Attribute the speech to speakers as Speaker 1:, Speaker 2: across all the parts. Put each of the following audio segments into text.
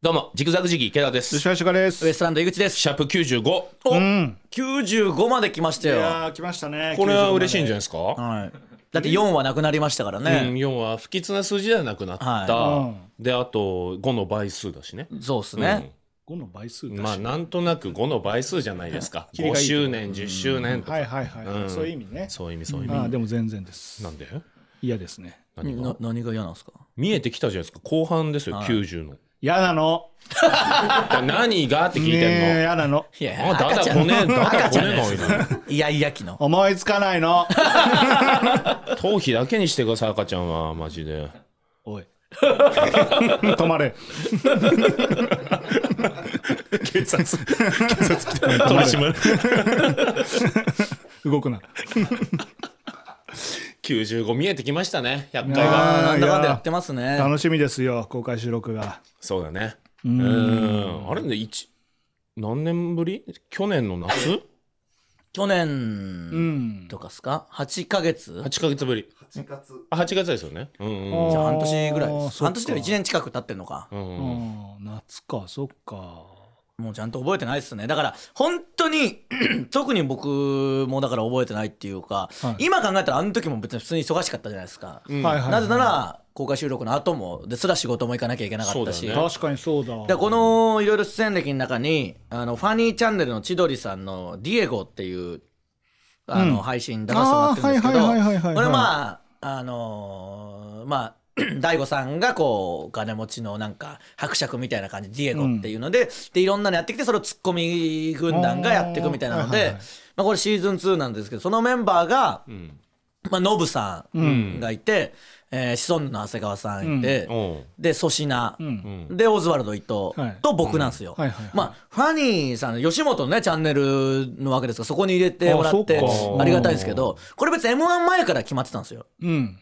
Speaker 1: どうも、ジグザグジギー池田です。シ
Speaker 2: 吉橋で
Speaker 3: ウエ
Speaker 2: す。
Speaker 3: ストランド井口です。
Speaker 1: ャープ95。こ
Speaker 3: お、95まで来ました
Speaker 2: い
Speaker 3: よ。
Speaker 2: やー来ましたね。
Speaker 1: れは嬉しいんじゃな
Speaker 2: ゃ
Speaker 1: いですか、
Speaker 3: はい。だって4はなくなりましたから
Speaker 1: うん、
Speaker 3: ね。
Speaker 1: 要は不吉な数字ではなくなった、
Speaker 3: は
Speaker 1: であと5の倍数だしね、
Speaker 3: そうっすね。
Speaker 2: ん。5の倍数だ
Speaker 1: う
Speaker 2: し。
Speaker 1: んまあなんとなく5の倍数じゃないです か
Speaker 2: り
Speaker 1: 5
Speaker 2: がいいと
Speaker 1: 周年10周年とか、
Speaker 2: はいはいはい、
Speaker 1: うん
Speaker 2: そういう意味ね。
Speaker 1: そういう意味そういう意味、
Speaker 2: ああでも全然です。
Speaker 1: なんで
Speaker 2: 嫌ですね。
Speaker 1: 何が
Speaker 3: な何が嫌なんですか。
Speaker 1: 見えてきたじゃないですか後半ですよ、90の
Speaker 2: 嫌なの。
Speaker 1: 何がって聞い
Speaker 2: ねえ
Speaker 1: て
Speaker 2: 嫌なの。
Speaker 3: い
Speaker 1: んの、あ
Speaker 3: や
Speaker 1: だだこねえだだこねえない
Speaker 3: やいや期の。
Speaker 2: 思いつかな いの。
Speaker 1: 頭皮だけにしてください赤ちゃんはマジで
Speaker 2: おい。止まれ。
Speaker 1: 警察警察来て取り締まる
Speaker 2: 動くな。
Speaker 1: 95見えてきましたね100回が
Speaker 2: あー
Speaker 3: あーなんだか
Speaker 2: い
Speaker 3: んだ
Speaker 2: や
Speaker 3: やってますね。
Speaker 2: 楽しみですよ公開収録が。
Speaker 1: そうだねうんあれね一何年ぶり去年の夏
Speaker 3: 去年
Speaker 2: うん。
Speaker 3: とかですか。8ヶ月。
Speaker 1: 8ヶ月ぶり8月あ8月ですよねうんうん
Speaker 3: じゃあ半年ぐらいで
Speaker 2: あー
Speaker 3: す。
Speaker 2: そっか
Speaker 3: 半年とか1年近く経ってんのか。
Speaker 1: うんうん
Speaker 2: あー夏かそっか。
Speaker 3: もうちゃんと覚えてないっすね。だから本当に 特に僕もだから覚えてないっていうか、
Speaker 2: はい
Speaker 3: 今考えたらあの時も別に普通に忙しかったじゃないですか。
Speaker 2: はいはい。
Speaker 3: なぜなら公開収録の後もですら仕事も行かなきゃいけなかった
Speaker 1: そ
Speaker 3: し、
Speaker 1: うだよね
Speaker 2: 確かにそうだ。
Speaker 3: でこのいろいろ出演歴の中にあのファニーチャンネルの千鳥さんの「ディエゴ」っていうあの、
Speaker 2: うん
Speaker 3: 配信出させてもらってるんですけ
Speaker 2: あー
Speaker 3: ど
Speaker 2: は
Speaker 3: こ
Speaker 2: いはいはいはいはいはい
Speaker 3: れまああのーまあ 大悟さんがこうお金持ちのなんか伯爵みたいな感じディエゴっていうので,、でいろんなのやってきてそれをツッコミ軍団がやっていくみたいなので、
Speaker 2: あーはいはいはい
Speaker 3: まあ、これシーズン2なんですけどそのメンバーが、まあ、ノブさんがいて、えーシソンヌの長谷川さんいて、
Speaker 1: おう
Speaker 3: で粗品、
Speaker 2: ん
Speaker 3: でオズワルド伊藤、
Speaker 2: はい
Speaker 3: と僕なんですよ、
Speaker 2: はいはいはい
Speaker 3: まあファニーさん吉本のねチャンネルのわけですからそこに入れてもらって
Speaker 2: あそう
Speaker 3: あ
Speaker 2: か
Speaker 3: りがたいですけどこれ別に m 1前から決まってたんですよ
Speaker 2: うん。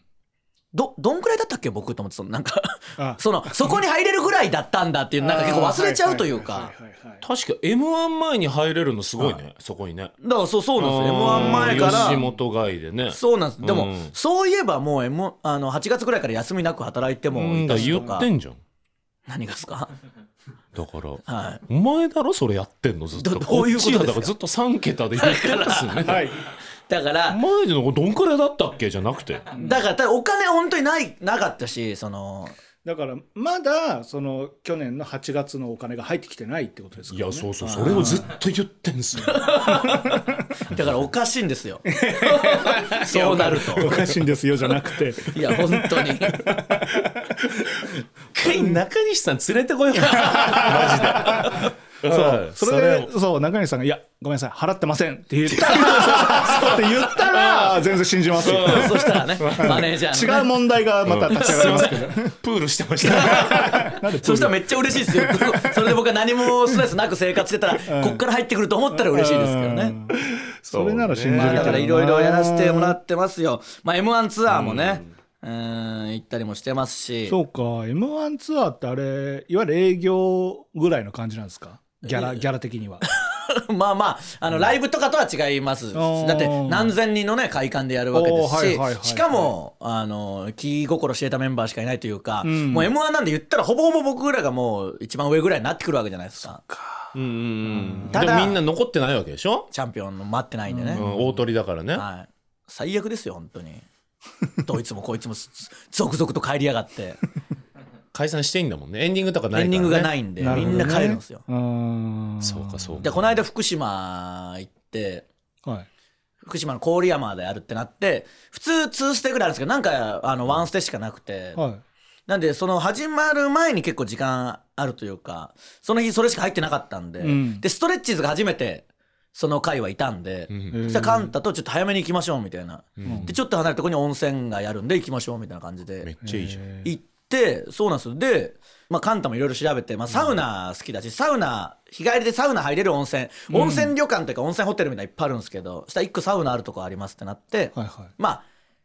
Speaker 3: どどんくらいだったっけ僕と思ってその なんか
Speaker 2: あ
Speaker 3: そのそこに入れるぐらいだったんだっていうなんか結構忘れちゃうという
Speaker 2: は
Speaker 3: か
Speaker 2: いはいはいはい
Speaker 1: 確か m 1前に入れるのすごいねそこにね
Speaker 3: だからそうそうなんですよ m 1前か
Speaker 1: 吉
Speaker 3: ら
Speaker 1: 本外でね
Speaker 3: そうなんですでも、
Speaker 1: うん
Speaker 3: そういえばもう、M、あの8月ぐらいから休みなく働いても
Speaker 1: うん
Speaker 3: い
Speaker 1: だから
Speaker 3: たしと
Speaker 1: 言っ
Speaker 3: か
Speaker 1: てんじゃん
Speaker 3: 何がです か
Speaker 1: だから
Speaker 3: はい
Speaker 1: お前だろそれやってんのずっと
Speaker 3: どどういうことですか
Speaker 1: っちがだからずっと3桁で言ってるんですよね
Speaker 2: はい。
Speaker 3: だから
Speaker 1: 前のどんくらいだったっけじゃなくて
Speaker 3: だからただお金本当にないなかったしその
Speaker 2: だからまだその去年の8月のお金が入ってきてないってことですか
Speaker 1: い
Speaker 2: ら、ね、
Speaker 1: やそうそうそれをずっと言ってんすよ
Speaker 3: だからおかしいんですよ そうなると
Speaker 2: おかしいんですよじゃなく て
Speaker 3: いや本当に
Speaker 1: 中西さん連れてこよう
Speaker 2: そうそれ
Speaker 1: そ
Speaker 2: でそう中西さんが「いやごめんなさい払ってません」って 言ったらって言ったら全然信じますよ
Speaker 3: そしたらねマネージャーの、ね、
Speaker 2: 違う問題がまた立ち上がりますけど、
Speaker 1: プールしてました
Speaker 2: なんでプー
Speaker 3: そ
Speaker 2: ル
Speaker 3: したらめっちゃ嬉しいですよそれで僕は何もストレスなく生活してたら、こっから入ってくると思ったら嬉しいですけどね、
Speaker 2: うんそれなら信じるけど
Speaker 3: まあ、
Speaker 2: な
Speaker 3: だからいろいろやらせてもらってますよ、まあ、m 1ツアーもね、うん、行ったりもしてますし
Speaker 2: そうか m 1ツアーってあれいわゆる営業ぐらいの感じなんですかギャラギャラ的には
Speaker 3: まあまああのライブとかとは違います、
Speaker 2: ー
Speaker 3: だって何千人のね会館でやるわけで
Speaker 2: お
Speaker 3: すし、
Speaker 2: ーはいはいはいはい
Speaker 3: しかもあの気心知れたメンバーしかいないというか、
Speaker 2: ん
Speaker 3: もう m 1なんで言ったらほぼほぼ僕らがもう一番上ぐらいになってくるわけじゃないですか
Speaker 1: うんうんうん
Speaker 3: ただ
Speaker 1: でもみんな残ってないわけでしょ、
Speaker 3: チャンピオンの待ってないんでね、
Speaker 1: うん、大鳥だからね
Speaker 3: はい、最悪ですよ本当にどいつもこいつもす続々と帰りやが って
Speaker 1: 解散していいんだもんねエンディングとかないから、ね、
Speaker 3: エンディングがないいんで、
Speaker 2: る
Speaker 3: み
Speaker 2: ほど
Speaker 3: ん
Speaker 2: ね
Speaker 3: な帰るんですよ
Speaker 2: うーん
Speaker 1: そうかそう
Speaker 3: で
Speaker 1: か
Speaker 3: この間福島行って
Speaker 2: はい
Speaker 3: 福島の郡山でやるってなって普通2ステぐらいあるんですけどなんかあの1ステしかなくて、
Speaker 2: はい
Speaker 3: なんでその始まる前に結構時間あるというかその日それしか入ってなかったんで、
Speaker 2: うん
Speaker 3: でストレッチーズが初めてその回はいたんで、
Speaker 1: ん
Speaker 3: そしたらカンタとちょっと早めに行きましょうみたいな、
Speaker 1: ん
Speaker 3: でちょっと離れたとこに温泉がやるんで行きましょうみたいな感じ
Speaker 1: めっ
Speaker 3: で
Speaker 1: ちゃいいじゃん、
Speaker 3: 行ってそうなんですよで、まあ、カンタもいろいろ調べて、まあ、サウナ好きだしサウナ日帰りでサウナ入れる温泉温泉旅館というか温泉ホテルみたいないっぱいあるんですけどそしたら1個サウナあるとこありますってなって、
Speaker 2: はいはい
Speaker 3: まあ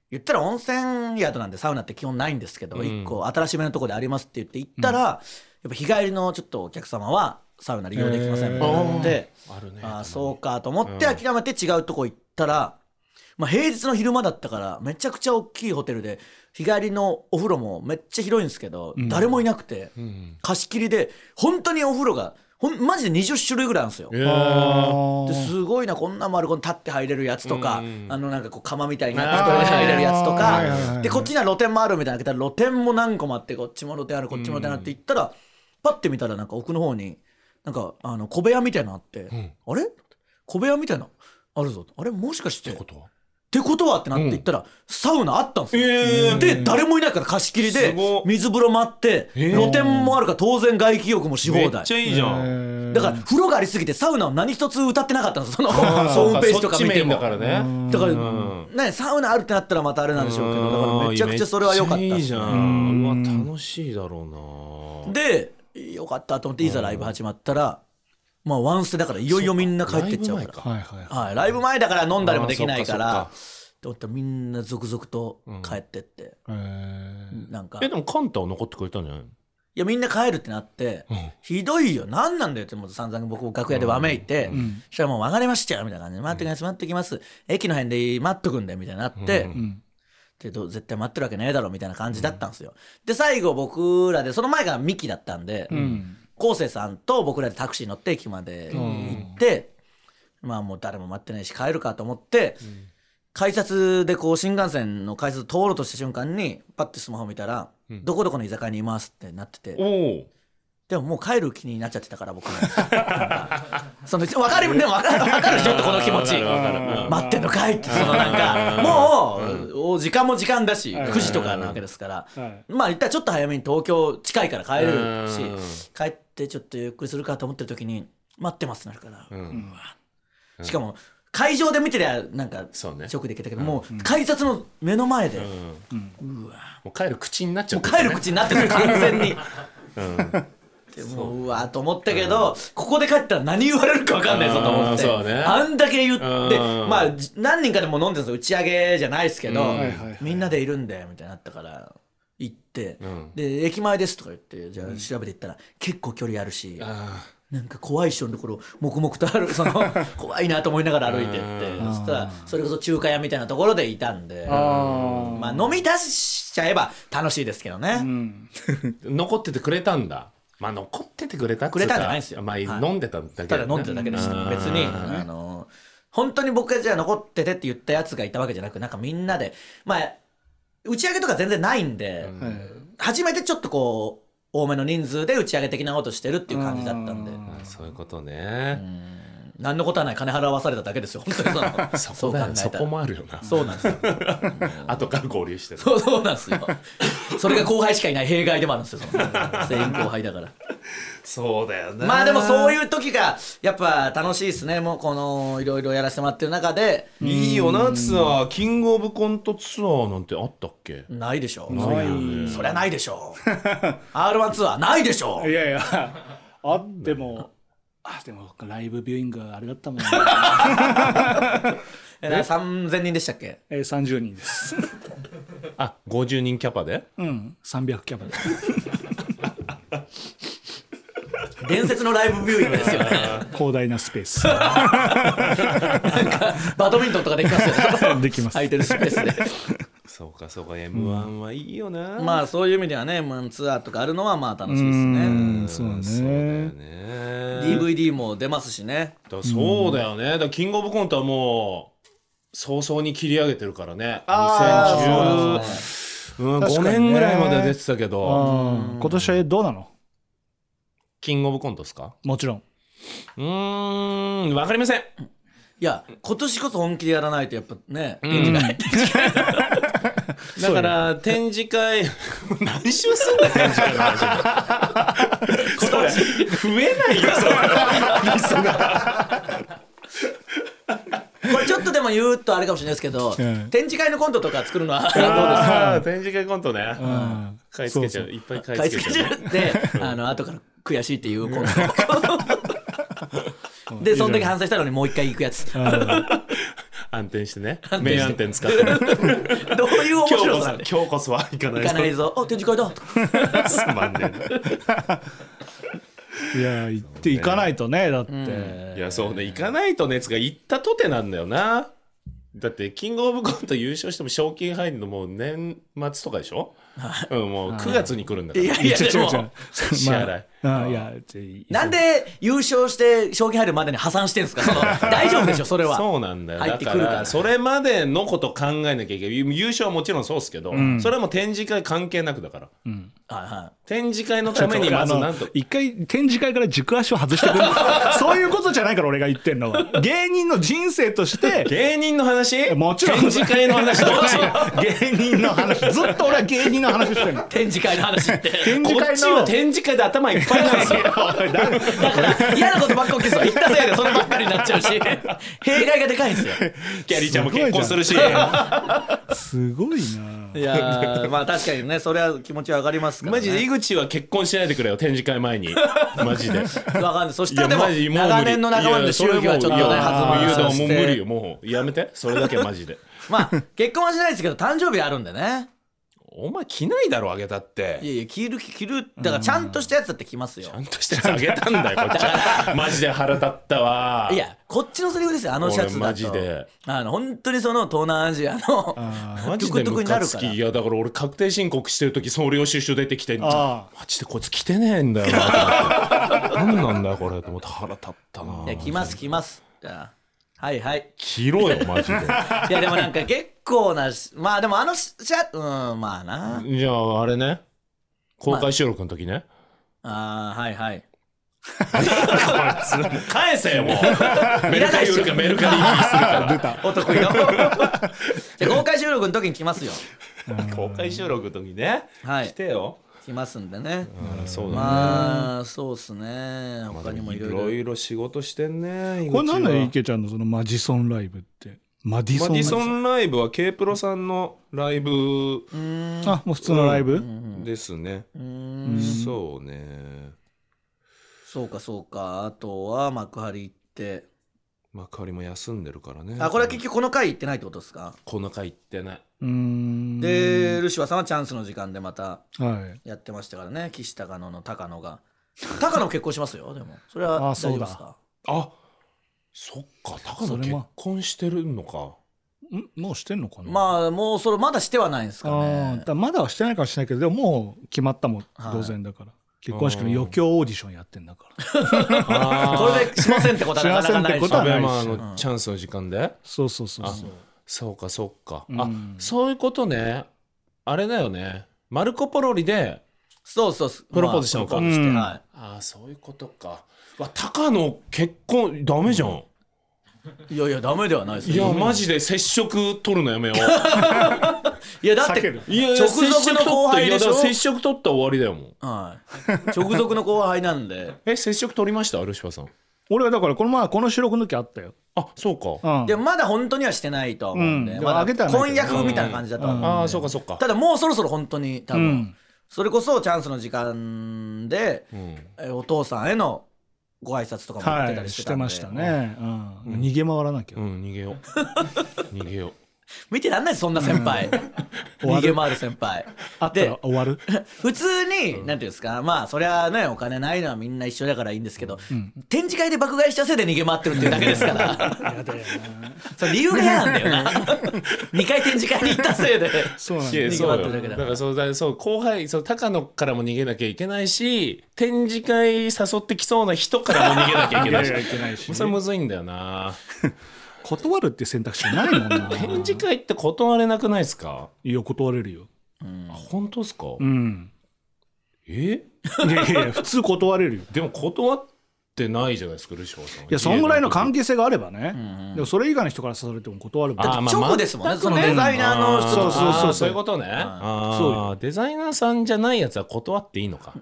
Speaker 3: 言ったら温泉宿なんでサウナって基本ないんですけど、一個新しめのとこでありますって言って行ったら、やっぱ日帰りのちょっとお客様はサウナ利用できませんみたいなので、
Speaker 1: あるね
Speaker 3: ああそうかと思って諦めて違うとこ行ったら、まあ、平日の昼間だったからめちゃくちゃ大きいホテルで日帰りのお風呂もめっちゃ広いんですけど、
Speaker 2: うん
Speaker 3: 誰もいなくて
Speaker 1: うん
Speaker 3: 貸し切りで本当にお風呂がほんマジで20種類ぐらいあるんですよ。
Speaker 1: えー
Speaker 2: あ
Speaker 3: ですごいなこんな丸この立って入れるやつとか、
Speaker 1: うん
Speaker 3: あのなんかこう釜みたいになって人で入れるやつと
Speaker 2: あーはいはいは
Speaker 3: か
Speaker 2: い
Speaker 3: でこっちには露店もあるみたいなの開けたら露店も何個もあってこっちも露店あるこっちも露店あるって行ったら、パッて見たらなんか奥の方になんかあの小部屋みたいなのあって、
Speaker 1: ん
Speaker 3: あれ小部屋みたいなのあるぞあれもしかしてっ
Speaker 1: ってこ
Speaker 3: て
Speaker 1: とは
Speaker 3: ことはってなって行ったら、サウナあったんですよ。
Speaker 1: えー
Speaker 3: で誰もいないから貸し切り
Speaker 1: す
Speaker 3: で
Speaker 1: ごっ
Speaker 3: 水風呂もあって
Speaker 1: えー
Speaker 3: 露店もあるから当然外気浴もし
Speaker 1: め
Speaker 3: 放
Speaker 1: っ
Speaker 3: 題
Speaker 1: ちゃい
Speaker 2: い
Speaker 1: いじゃん。
Speaker 3: だから風呂がありすぎてサウナは何一つ歌ってなかったんですそのホ
Speaker 1: あ
Speaker 3: ームページとか
Speaker 1: そっ
Speaker 3: 見ても
Speaker 1: ちメインだからね。
Speaker 3: だから、
Speaker 1: うん
Speaker 3: ね、サウナあるってなったらまたあれなんでしょうけどだからめちゃくちゃそれは良かった
Speaker 1: めちゃいいじゃ
Speaker 2: うん
Speaker 1: ん。うわ楽しいだろうな。
Speaker 3: で良かったと思っていざライブ始まったら、まあワンステだからいよいよみんな帰ってっちゃう
Speaker 1: ライブ前か
Speaker 3: から
Speaker 2: はいはい
Speaker 3: はい、ライブ前だから飲んだりもできないか
Speaker 1: あ
Speaker 3: ら
Speaker 1: ーそっか
Speaker 3: と思ったらみんな続々と帰ってって、
Speaker 2: えー
Speaker 3: なんか
Speaker 1: えでもカンタは残ってくれたんじゃないの？
Speaker 3: いやみんな帰るってなって、
Speaker 1: うん
Speaker 3: ひどいよ何なんだよってもう散々僕も楽屋でわめいて、
Speaker 2: ん
Speaker 3: そしたらもう分かりましたよみたいな感じで待ってきます待ってきます駅の辺で待っとくんだよみたいになって、
Speaker 1: うん
Speaker 2: うん
Speaker 3: けど絶対待ってるわけねえだろみたいな感じだったんですよ、で最後僕らでその前がミキだったんで
Speaker 2: うん
Speaker 3: 昴生、さんと僕らでタクシー乗って駅まで行って、まあもう誰も待ってないし帰るかと思って、改札でこう新幹線の改札通ろうとした瞬間にパッてスマホ見たら、
Speaker 1: うん
Speaker 3: どこどこの居酒屋にいますってなってて、
Speaker 1: おお。
Speaker 3: でももう帰る気になっちゃってたから僕もその分かるでも分かる分かるちょっとこの気持ち
Speaker 1: わかるわかるうん
Speaker 3: 待ってんのかいってそのなんかもうお時間も時間だし
Speaker 2: はい
Speaker 3: 9時とかなわけですから
Speaker 2: はい
Speaker 3: まあ一旦ちょっと早めに東京近いから帰れる
Speaker 1: う
Speaker 3: し帰ってちょっとゆっくりするかと思ってる時に待ってますってなるか
Speaker 1: う
Speaker 3: ら
Speaker 1: ん。
Speaker 3: しかも会場で見てりゃなんか
Speaker 1: そうね
Speaker 3: 直でいけたけどもう改札の目の前で
Speaker 1: うん
Speaker 3: も
Speaker 1: もう帰る口になっちゃ
Speaker 3: う
Speaker 1: って
Speaker 3: 帰る口になってる完全に。
Speaker 1: うん
Speaker 3: でもううわーと思ったけど、ここで帰ったら何言われるか分かんないぞと思って
Speaker 1: あーそうね
Speaker 3: あんだけ言って
Speaker 1: うん
Speaker 3: まあじ何人かでも飲んでたんですよ打ち上げじゃないですけど、
Speaker 1: うんはい
Speaker 2: はいはい
Speaker 3: みんなでいるんだよみたいになったから行って、
Speaker 1: うん
Speaker 3: で駅前ですとか言ってじゃあ調べていったら、結構距離あるし
Speaker 1: あ
Speaker 3: なんか怖い人のところを黙々と歩くそ の怖いなと思いながら歩いてって
Speaker 2: うん
Speaker 3: そしたらそれこそ中華屋みたいなところでいたんで
Speaker 2: あ
Speaker 3: まあ飲み出しちゃえば楽しいですけどね。
Speaker 2: ーうん
Speaker 1: ー残っててくれたんだ。まあ残っててくれたっつうか
Speaker 3: くれたんじゃないですよ
Speaker 1: まあ
Speaker 3: はい
Speaker 1: 飲んでただけだ
Speaker 3: ただ
Speaker 1: よね。
Speaker 3: 飲んでただけでした
Speaker 1: うん
Speaker 3: 別にあの本当に僕がじゃあ残っててって言ったやつがいたわけじゃなくなんかみんなでまあ打ち上げとか全然ないんで、
Speaker 1: うん
Speaker 2: はい
Speaker 3: 初めてちょっとこう多めの人数で打ち上げ的なことしてるっていう感じだったんで
Speaker 2: うん
Speaker 1: あそういうことね。
Speaker 3: 何のことはない金払わされただけですよ本当に そ
Speaker 1: そ
Speaker 3: の
Speaker 1: こだよ
Speaker 3: そう
Speaker 1: そ
Speaker 3: 考えた
Speaker 1: こ
Speaker 3: ら
Speaker 1: もあるよな。
Speaker 3: そうなんですよ
Speaker 1: 後から合流してる。
Speaker 3: そうそうなんですよそれが後輩しかいない弊害でもあるんですよその全員後輩だから
Speaker 1: そうだよね。
Speaker 3: まあでもそう
Speaker 1: う。
Speaker 3: いう時がやっぱ楽しいですねもうこのいろいろやらせてもらってる中で
Speaker 1: いいよなツアーキングオブコントツアーなんてあったっけ
Speaker 3: ないでしょ
Speaker 2: ないよ
Speaker 1: ね
Speaker 3: そりゃないでしょ R1 ツアーないでしょ
Speaker 2: いやいやあってもあでもライブビューイングあれだったもんね
Speaker 3: え3000人でしたっけ
Speaker 2: えー30人です
Speaker 1: あ50人キャパで
Speaker 2: うん300キャパで
Speaker 3: 伝説のライブビューイングで すよね
Speaker 2: 広大なスペー ス
Speaker 3: バドミントンとかできますよ ね
Speaker 2: できます
Speaker 3: 空いてるスペースで
Speaker 1: そうかそうか m 1はいいよな、
Speaker 3: まあそういう意味ではね、まあ、ツアーとかあるのはまあ楽しいですね
Speaker 2: うんそうだね
Speaker 1: そうだよね
Speaker 3: DVD も出ますしね
Speaker 1: だそうだよねだからキングオブコントはもう早々に切り上げてるからね2015、うん
Speaker 2: 確
Speaker 1: 5
Speaker 2: かにね
Speaker 1: 年ぐらいまで出てたけど、
Speaker 2: うん今年はどうなの
Speaker 1: キングオブコントですか
Speaker 2: もちろん
Speaker 1: うーんわかりません
Speaker 3: いや今年こそ本気でやらないとやっぱね、
Speaker 1: ん
Speaker 3: 演技が入って
Speaker 1: だから展示会何周すんだ展示会の話 それ増えないよそれ
Speaker 3: これちょっとでも言うとあれかもしれないですけど、
Speaker 2: ん
Speaker 3: 展示会のコントとか作るのは
Speaker 1: あー展示会コントね、
Speaker 2: ん
Speaker 1: 買い付けちゃういっぱい買
Speaker 3: 買
Speaker 1: い
Speaker 3: い付
Speaker 1: 付け
Speaker 3: け
Speaker 1: ちゃ
Speaker 3: ち
Speaker 1: う
Speaker 3: ゃってあの後から悔しいっていうコントでその時反省したのにもう一回行くやつ
Speaker 1: 暗転してね
Speaker 3: 転して
Speaker 1: 名暗転使ってね
Speaker 3: どういう
Speaker 1: 今
Speaker 3: 面
Speaker 1: 日
Speaker 3: 白
Speaker 1: こそ
Speaker 3: さ
Speaker 1: 今日こそは行かない
Speaker 3: 行かないぞあ展示会だ
Speaker 1: すまんね
Speaker 2: いや行って行かないとねだって
Speaker 1: えないやそうね行かないと熱が行ったとてなんだよなだってキングオブコント優勝しても賞金入るのもう年末とかでしょ、うん、もう9月に来るんだか
Speaker 3: い
Speaker 1: ら
Speaker 3: やいやでも
Speaker 1: 支払い
Speaker 2: まああいやちょい
Speaker 3: なんで優勝して賞金入るまでに破産してんすかその大丈夫でしょそれは
Speaker 1: そうなんだよ
Speaker 3: 入
Speaker 1: だ
Speaker 3: って
Speaker 1: か
Speaker 3: くるから
Speaker 1: らそれまでのこと考えなきゃいけない優勝はもちろんそうですけど、それはもう展示会関係なくだから
Speaker 3: はいは
Speaker 1: 展示会のためにま
Speaker 2: あ
Speaker 1: ず
Speaker 2: の
Speaker 1: なんと
Speaker 2: 一回展示会から軸足を外してくる そういうことじゃないから俺が言ってんのは芸人の人生として
Speaker 1: 芸人の話
Speaker 2: もちろん
Speaker 1: 展示会の話どっち
Speaker 2: 芸人の話ずっと俺は芸人の話してるの
Speaker 3: い展示会の話って
Speaker 2: 展
Speaker 1: こ
Speaker 2: 示
Speaker 1: っ
Speaker 2: 会
Speaker 1: ちは
Speaker 2: の
Speaker 1: 展示会で頭いっぱいなんですよ
Speaker 3: だから嫌なことばっか起きそう言ったせいでそればっかりになっちゃうし弊害がでかいんですよ
Speaker 1: キャリーちゃんも結婚するし
Speaker 2: すごいない
Speaker 3: や ーまあ確かにねそれは気持ちは上がりますから、ね、
Speaker 1: マジで井口は結婚しないでくれよ展示会前にマジで
Speaker 3: 分かんないそし
Speaker 1: い
Speaker 3: た
Speaker 1: や
Speaker 3: らでも
Speaker 1: マジもう無理
Speaker 3: 長年の仲間の祝儀はちょっとね
Speaker 1: いや
Speaker 3: 弾ま
Speaker 1: いや
Speaker 3: さ
Speaker 1: もう言
Speaker 3: せ
Speaker 1: うのはもう無理
Speaker 3: て
Speaker 1: よもうやめてそれだけマジで
Speaker 3: まあ結婚はしないですけど誕生日あるんでね
Speaker 1: お前着ないだろあげたって
Speaker 3: いやいや着る着るだからちゃんとしたやつだって着ますよ
Speaker 1: ちゃんとしてあげたんだよこっち はマジで腹立ったわ
Speaker 3: いやこっちのセリフですよあのシャツ
Speaker 1: 俺
Speaker 3: だと
Speaker 1: マジで
Speaker 3: あの本当にその東南アジアの
Speaker 1: マジでムカつきいやだから俺確定申告してる時総領収書出てきてんじゃん
Speaker 2: あ
Speaker 1: マジでこいつ着てねえんだよ な何なんだよこれと思って腹立ったない
Speaker 3: や着ます着ますじゃあはいはい
Speaker 1: 着ろよマジ で
Speaker 3: いやでもなんか結構なしまあでもあのシャうんまあな
Speaker 1: じゃああれね公開収録の時ね、
Speaker 3: あーはいはい
Speaker 1: 返せよもう メルカリ売るかメルカリ
Speaker 2: 出た
Speaker 3: お得意のじゃあ公開収録の時に着ますよ
Speaker 1: 公開収録の時ね、
Speaker 3: はい
Speaker 1: 来てよ、
Speaker 3: 着ますんでね
Speaker 1: そうだね、
Speaker 3: まあそうっすね他にもい
Speaker 1: い
Speaker 3: ろ
Speaker 1: ろ
Speaker 3: いろ
Speaker 1: いろ仕事してんね
Speaker 2: これなんだよ
Speaker 1: 井口は
Speaker 2: 池ちゃんのそのマジソンライブってマディソ
Speaker 1: マ
Speaker 2: ン
Speaker 1: ディソンライブは K プロさんのライブ
Speaker 2: あもう普通のライブ、
Speaker 1: ですね、そうね
Speaker 3: そうかそうかあとは幕張行って
Speaker 1: 幕張も休んでるからね
Speaker 3: あこれは結局この回行ってないってことですか
Speaker 1: この回行ってないう
Speaker 2: ーん
Speaker 3: でルシファーさんはチャンスの時間でまた
Speaker 2: はい
Speaker 3: やってましたからね岸高野の高野が高野結婚しますよでもそれは大
Speaker 2: あ
Speaker 3: 丈
Speaker 2: そ
Speaker 3: 夫
Speaker 2: うだ
Speaker 3: ですか
Speaker 1: あそっか高野
Speaker 2: それ
Speaker 1: 結
Speaker 2: も
Speaker 1: 婚してる のか
Speaker 2: んもうしてんのかな
Speaker 3: まあもうそれまだしてはないんですか
Speaker 2: あー
Speaker 3: ね
Speaker 2: だからまだはしてないかもしれないけどでももう決まったもん
Speaker 3: はい
Speaker 2: 当然だから、結婚式の余興オーディションやってんだから
Speaker 3: これでしませんってことはなかなかな
Speaker 2: しませんって
Speaker 3: いで
Speaker 2: こ
Speaker 3: し
Speaker 2: とは
Speaker 3: ょ
Speaker 1: ア
Speaker 2: な
Speaker 1: ベ
Speaker 2: い
Speaker 1: マのチャンスの時間で、
Speaker 2: そうそうそうそう
Speaker 1: そうかそうか、
Speaker 2: う
Speaker 1: あ
Speaker 2: ん
Speaker 1: そういうことねあれだよねマルコ・ポロリで
Speaker 3: そうそうそう
Speaker 1: プロポーズしたのか
Speaker 3: まあプロポーズして
Speaker 2: うん
Speaker 3: はい
Speaker 1: ああそういうことかわ高野結婚ダメじゃん、
Speaker 3: いやいやダメではないです
Speaker 1: いや
Speaker 3: よ
Speaker 1: マジで接触取るのやめよう
Speaker 3: いやだっ
Speaker 2: 避け
Speaker 3: て
Speaker 2: る
Speaker 1: いや
Speaker 3: 直属の後輩でしょ
Speaker 1: 接触取ったいやだから接触取ったら終わりだよもう
Speaker 3: はい直属の後輩なんで
Speaker 1: え接触取りましたルシファーさん
Speaker 2: 俺はだからこの前この収録の時あったよ、
Speaker 1: あそうか、
Speaker 2: うん、
Speaker 3: でもまだ本当にはしてないとは思うんで、
Speaker 2: うん
Speaker 3: まだ
Speaker 2: あげてはないけ
Speaker 3: 婚
Speaker 2: ど
Speaker 3: 約みたいな感じだとは思うんで
Speaker 1: ああそうかそうか
Speaker 3: ただもうそろそろ本当に多分、
Speaker 2: うん
Speaker 3: それこそチャンスの時間で、
Speaker 1: うん
Speaker 3: えお父さんへのご挨拶とかもやってた
Speaker 2: は
Speaker 3: り
Speaker 2: い
Speaker 3: して
Speaker 2: したて
Speaker 3: んで、
Speaker 2: ましたね、うん逃げ回らなきゃ、
Speaker 1: うん逃げよう 逃げよう
Speaker 3: 見てらんないですそんな先輩 逃げ回る先輩
Speaker 2: あったら
Speaker 3: で
Speaker 2: 終わる
Speaker 3: 普通に、なんていうんですかまあそりゃねお金ないのはみんな一緒だからいいんですけど、展示会で爆買いしたせいで逃げ回ってるっていうだけで すからそう理由が嫌なんだよな2回展示会に行ったせいで
Speaker 2: そうなん
Speaker 1: い
Speaker 2: だよ
Speaker 1: や
Speaker 3: 逃げ
Speaker 1: そう
Speaker 3: 回って
Speaker 1: よ
Speaker 3: るだけ
Speaker 1: だ
Speaker 3: だ
Speaker 1: か
Speaker 3: から
Speaker 1: らそうだそう後輩そう高野からも逃げなきゃいけないし展示会誘ってきそうな人からも逃げなきゃいけないし
Speaker 2: いけない し
Speaker 1: それむずいんだよな
Speaker 2: 断るっていう選択肢ないもんな
Speaker 1: 展示会って断れなくないですか
Speaker 2: いや断れるよ
Speaker 1: あ本当ですか、
Speaker 2: うん
Speaker 1: え
Speaker 2: いやいや普通断れるよ
Speaker 1: でも断ってないじゃないですかルシファーさん
Speaker 2: いやそんぐらいの関
Speaker 1: 係
Speaker 2: 係性があればね、でもそれ以外の人から誘われても断るもん
Speaker 1: あーまあ
Speaker 3: 直ですもんね
Speaker 1: 全く
Speaker 3: そのデザイナーの人
Speaker 2: そうそうそうそう
Speaker 1: そういうことね
Speaker 2: そう
Speaker 1: ああ
Speaker 2: よ
Speaker 1: デザイナーさんじゃないやつは断っていいのか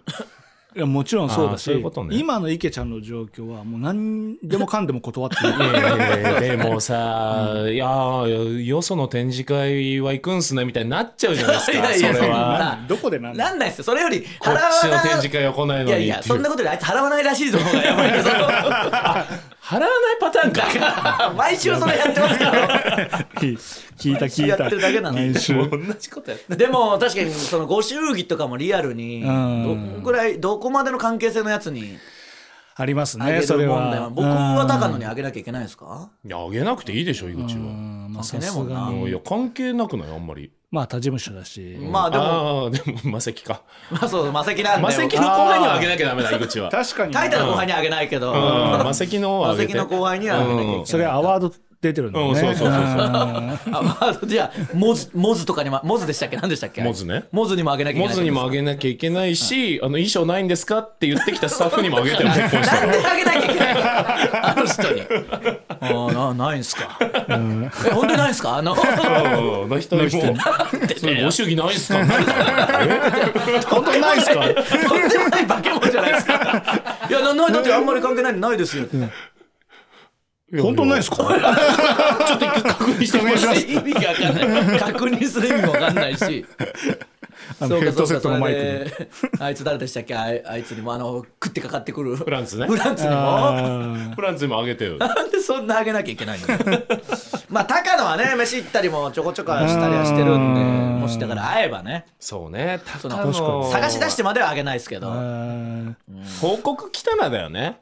Speaker 2: いやもちろんそうだし
Speaker 1: あーそういうことね
Speaker 2: 今の池ちゃんの状況はもう何でもかんでも断ってい い
Speaker 1: いやいやいやでもさ、いやーよその展示会は行くんすねみたいになっちゃうじ ゃないですか
Speaker 3: いやいや
Speaker 1: それは
Speaker 2: なんどこでなんだ
Speaker 3: なんないですよそれより
Speaker 1: こ
Speaker 3: 払
Speaker 1: っ
Speaker 3: わ
Speaker 1: ちの
Speaker 3: な
Speaker 1: 展示会は来ないのに
Speaker 3: いやいやそんなことであいつ払わないらしいぞの方がやばいです
Speaker 1: 払わないパターン か
Speaker 3: 毎週それやってますけ
Speaker 2: 聞いた聞い
Speaker 3: や
Speaker 2: た
Speaker 3: ってるだけなんで
Speaker 2: 毎週
Speaker 1: 同じことやって
Speaker 3: どでも確かにそのご祝儀とかもリアルに
Speaker 2: うん
Speaker 3: どこぐらいどこまでの関係性のやつに
Speaker 2: あります
Speaker 3: あげ
Speaker 2: ね、
Speaker 3: る
Speaker 2: それ
Speaker 3: 問題は
Speaker 2: は。
Speaker 3: 僕は
Speaker 2: だ
Speaker 3: 高野にあげなきゃいけないんですか
Speaker 1: いやあげなくていいでしょ井口は
Speaker 2: まあ、
Speaker 3: 関
Speaker 2: さ
Speaker 3: 係ねえ
Speaker 2: す
Speaker 3: もんな
Speaker 2: が
Speaker 1: う
Speaker 2: に。
Speaker 1: んいや関係なくないあんまり
Speaker 2: まあ、他事務所だし。
Speaker 3: まあでも
Speaker 1: あーでもマセキか
Speaker 3: まあそうマセキなんで
Speaker 1: マセキの後輩にはあげなきゃダメだ井口は
Speaker 2: 確かに。
Speaker 3: タイタの後輩にはあげないけど
Speaker 1: うんマセキの方は
Speaker 3: マ
Speaker 1: あげ
Speaker 3: セ
Speaker 1: て
Speaker 3: キの後輩にはあげなきゃいけない
Speaker 2: それはアワード出てるんだよね。
Speaker 1: うんそうそうそうそうん
Speaker 3: あまあじゃあモズモズとかにもモズでしたっけ何でしたっけ
Speaker 1: モズね
Speaker 3: モズにもあげなきゃいけ
Speaker 1: モ
Speaker 3: ない
Speaker 1: ズにもあげなきゃいけないし、あの衣装ないんですかって言ってきたスタッフにもあげてる 結婚した
Speaker 3: なん
Speaker 1: ら
Speaker 3: であげなきゃいけないのあの人にあーなないんすか、え本当にないんすかあの
Speaker 1: あの人にも「それご祝儀ないんすか?」 本当にないんすか
Speaker 3: とんでもない化け物じゃないですかいやなないだってあんまり関係ないのないですよって
Speaker 2: 本当ないです
Speaker 1: か
Speaker 2: かは
Speaker 1: ちょっと一回確認してみま
Speaker 2: お願いしますす
Speaker 3: 意味が分かんない確認する意味も分かんないし
Speaker 2: あのヘッドセットのマイク
Speaker 3: クあいつ誰でしたっけあいあいつにもあの食ってかかってくるフ
Speaker 1: フランスね
Speaker 3: フランツにも
Speaker 1: フランスにもあげてよ
Speaker 3: なんでそんなあげなきゃいけないのまあ高野はね飯行ったりもちょこちょこはしたりはしてるんで
Speaker 2: うん
Speaker 3: もしだから会えばね
Speaker 1: そうね高
Speaker 3: の
Speaker 1: 野
Speaker 3: 探し出してまではあげないですけど
Speaker 1: 報告来たらだよね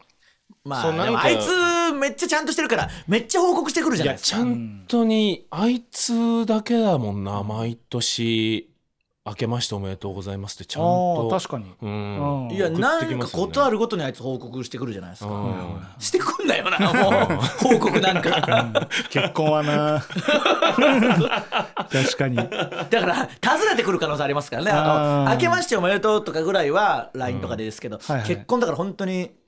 Speaker 3: ま
Speaker 1: そ
Speaker 3: あ
Speaker 1: うなんか
Speaker 3: でもあいつめっちゃちゃんとしてるからめっちゃ報告してくるじゃ
Speaker 1: い
Speaker 3: ない
Speaker 1: や
Speaker 3: です
Speaker 1: ち
Speaker 3: か
Speaker 1: ゃんとにあいつだけだもんな毎年「明けましておめでとうございます」ってちゃん
Speaker 2: ああ、
Speaker 1: と
Speaker 2: 確かに。
Speaker 1: うん
Speaker 2: うん
Speaker 3: いや
Speaker 1: 送
Speaker 3: な
Speaker 1: ってき
Speaker 3: ん
Speaker 1: ま
Speaker 3: か
Speaker 1: すよね
Speaker 3: ことあるごとにあいつ報告してくるじゃないです
Speaker 1: う
Speaker 3: か
Speaker 1: ん
Speaker 3: してくんなよな もう報告なんか
Speaker 2: 結婚はな。 確かに。
Speaker 3: だから訪ねてくる可能性ありますからねあ
Speaker 2: あ
Speaker 3: の
Speaker 2: ー
Speaker 3: 明けましておめでとうとかぐらいは LINE とかでですけど
Speaker 2: はいはい
Speaker 3: 結婚だから本当に「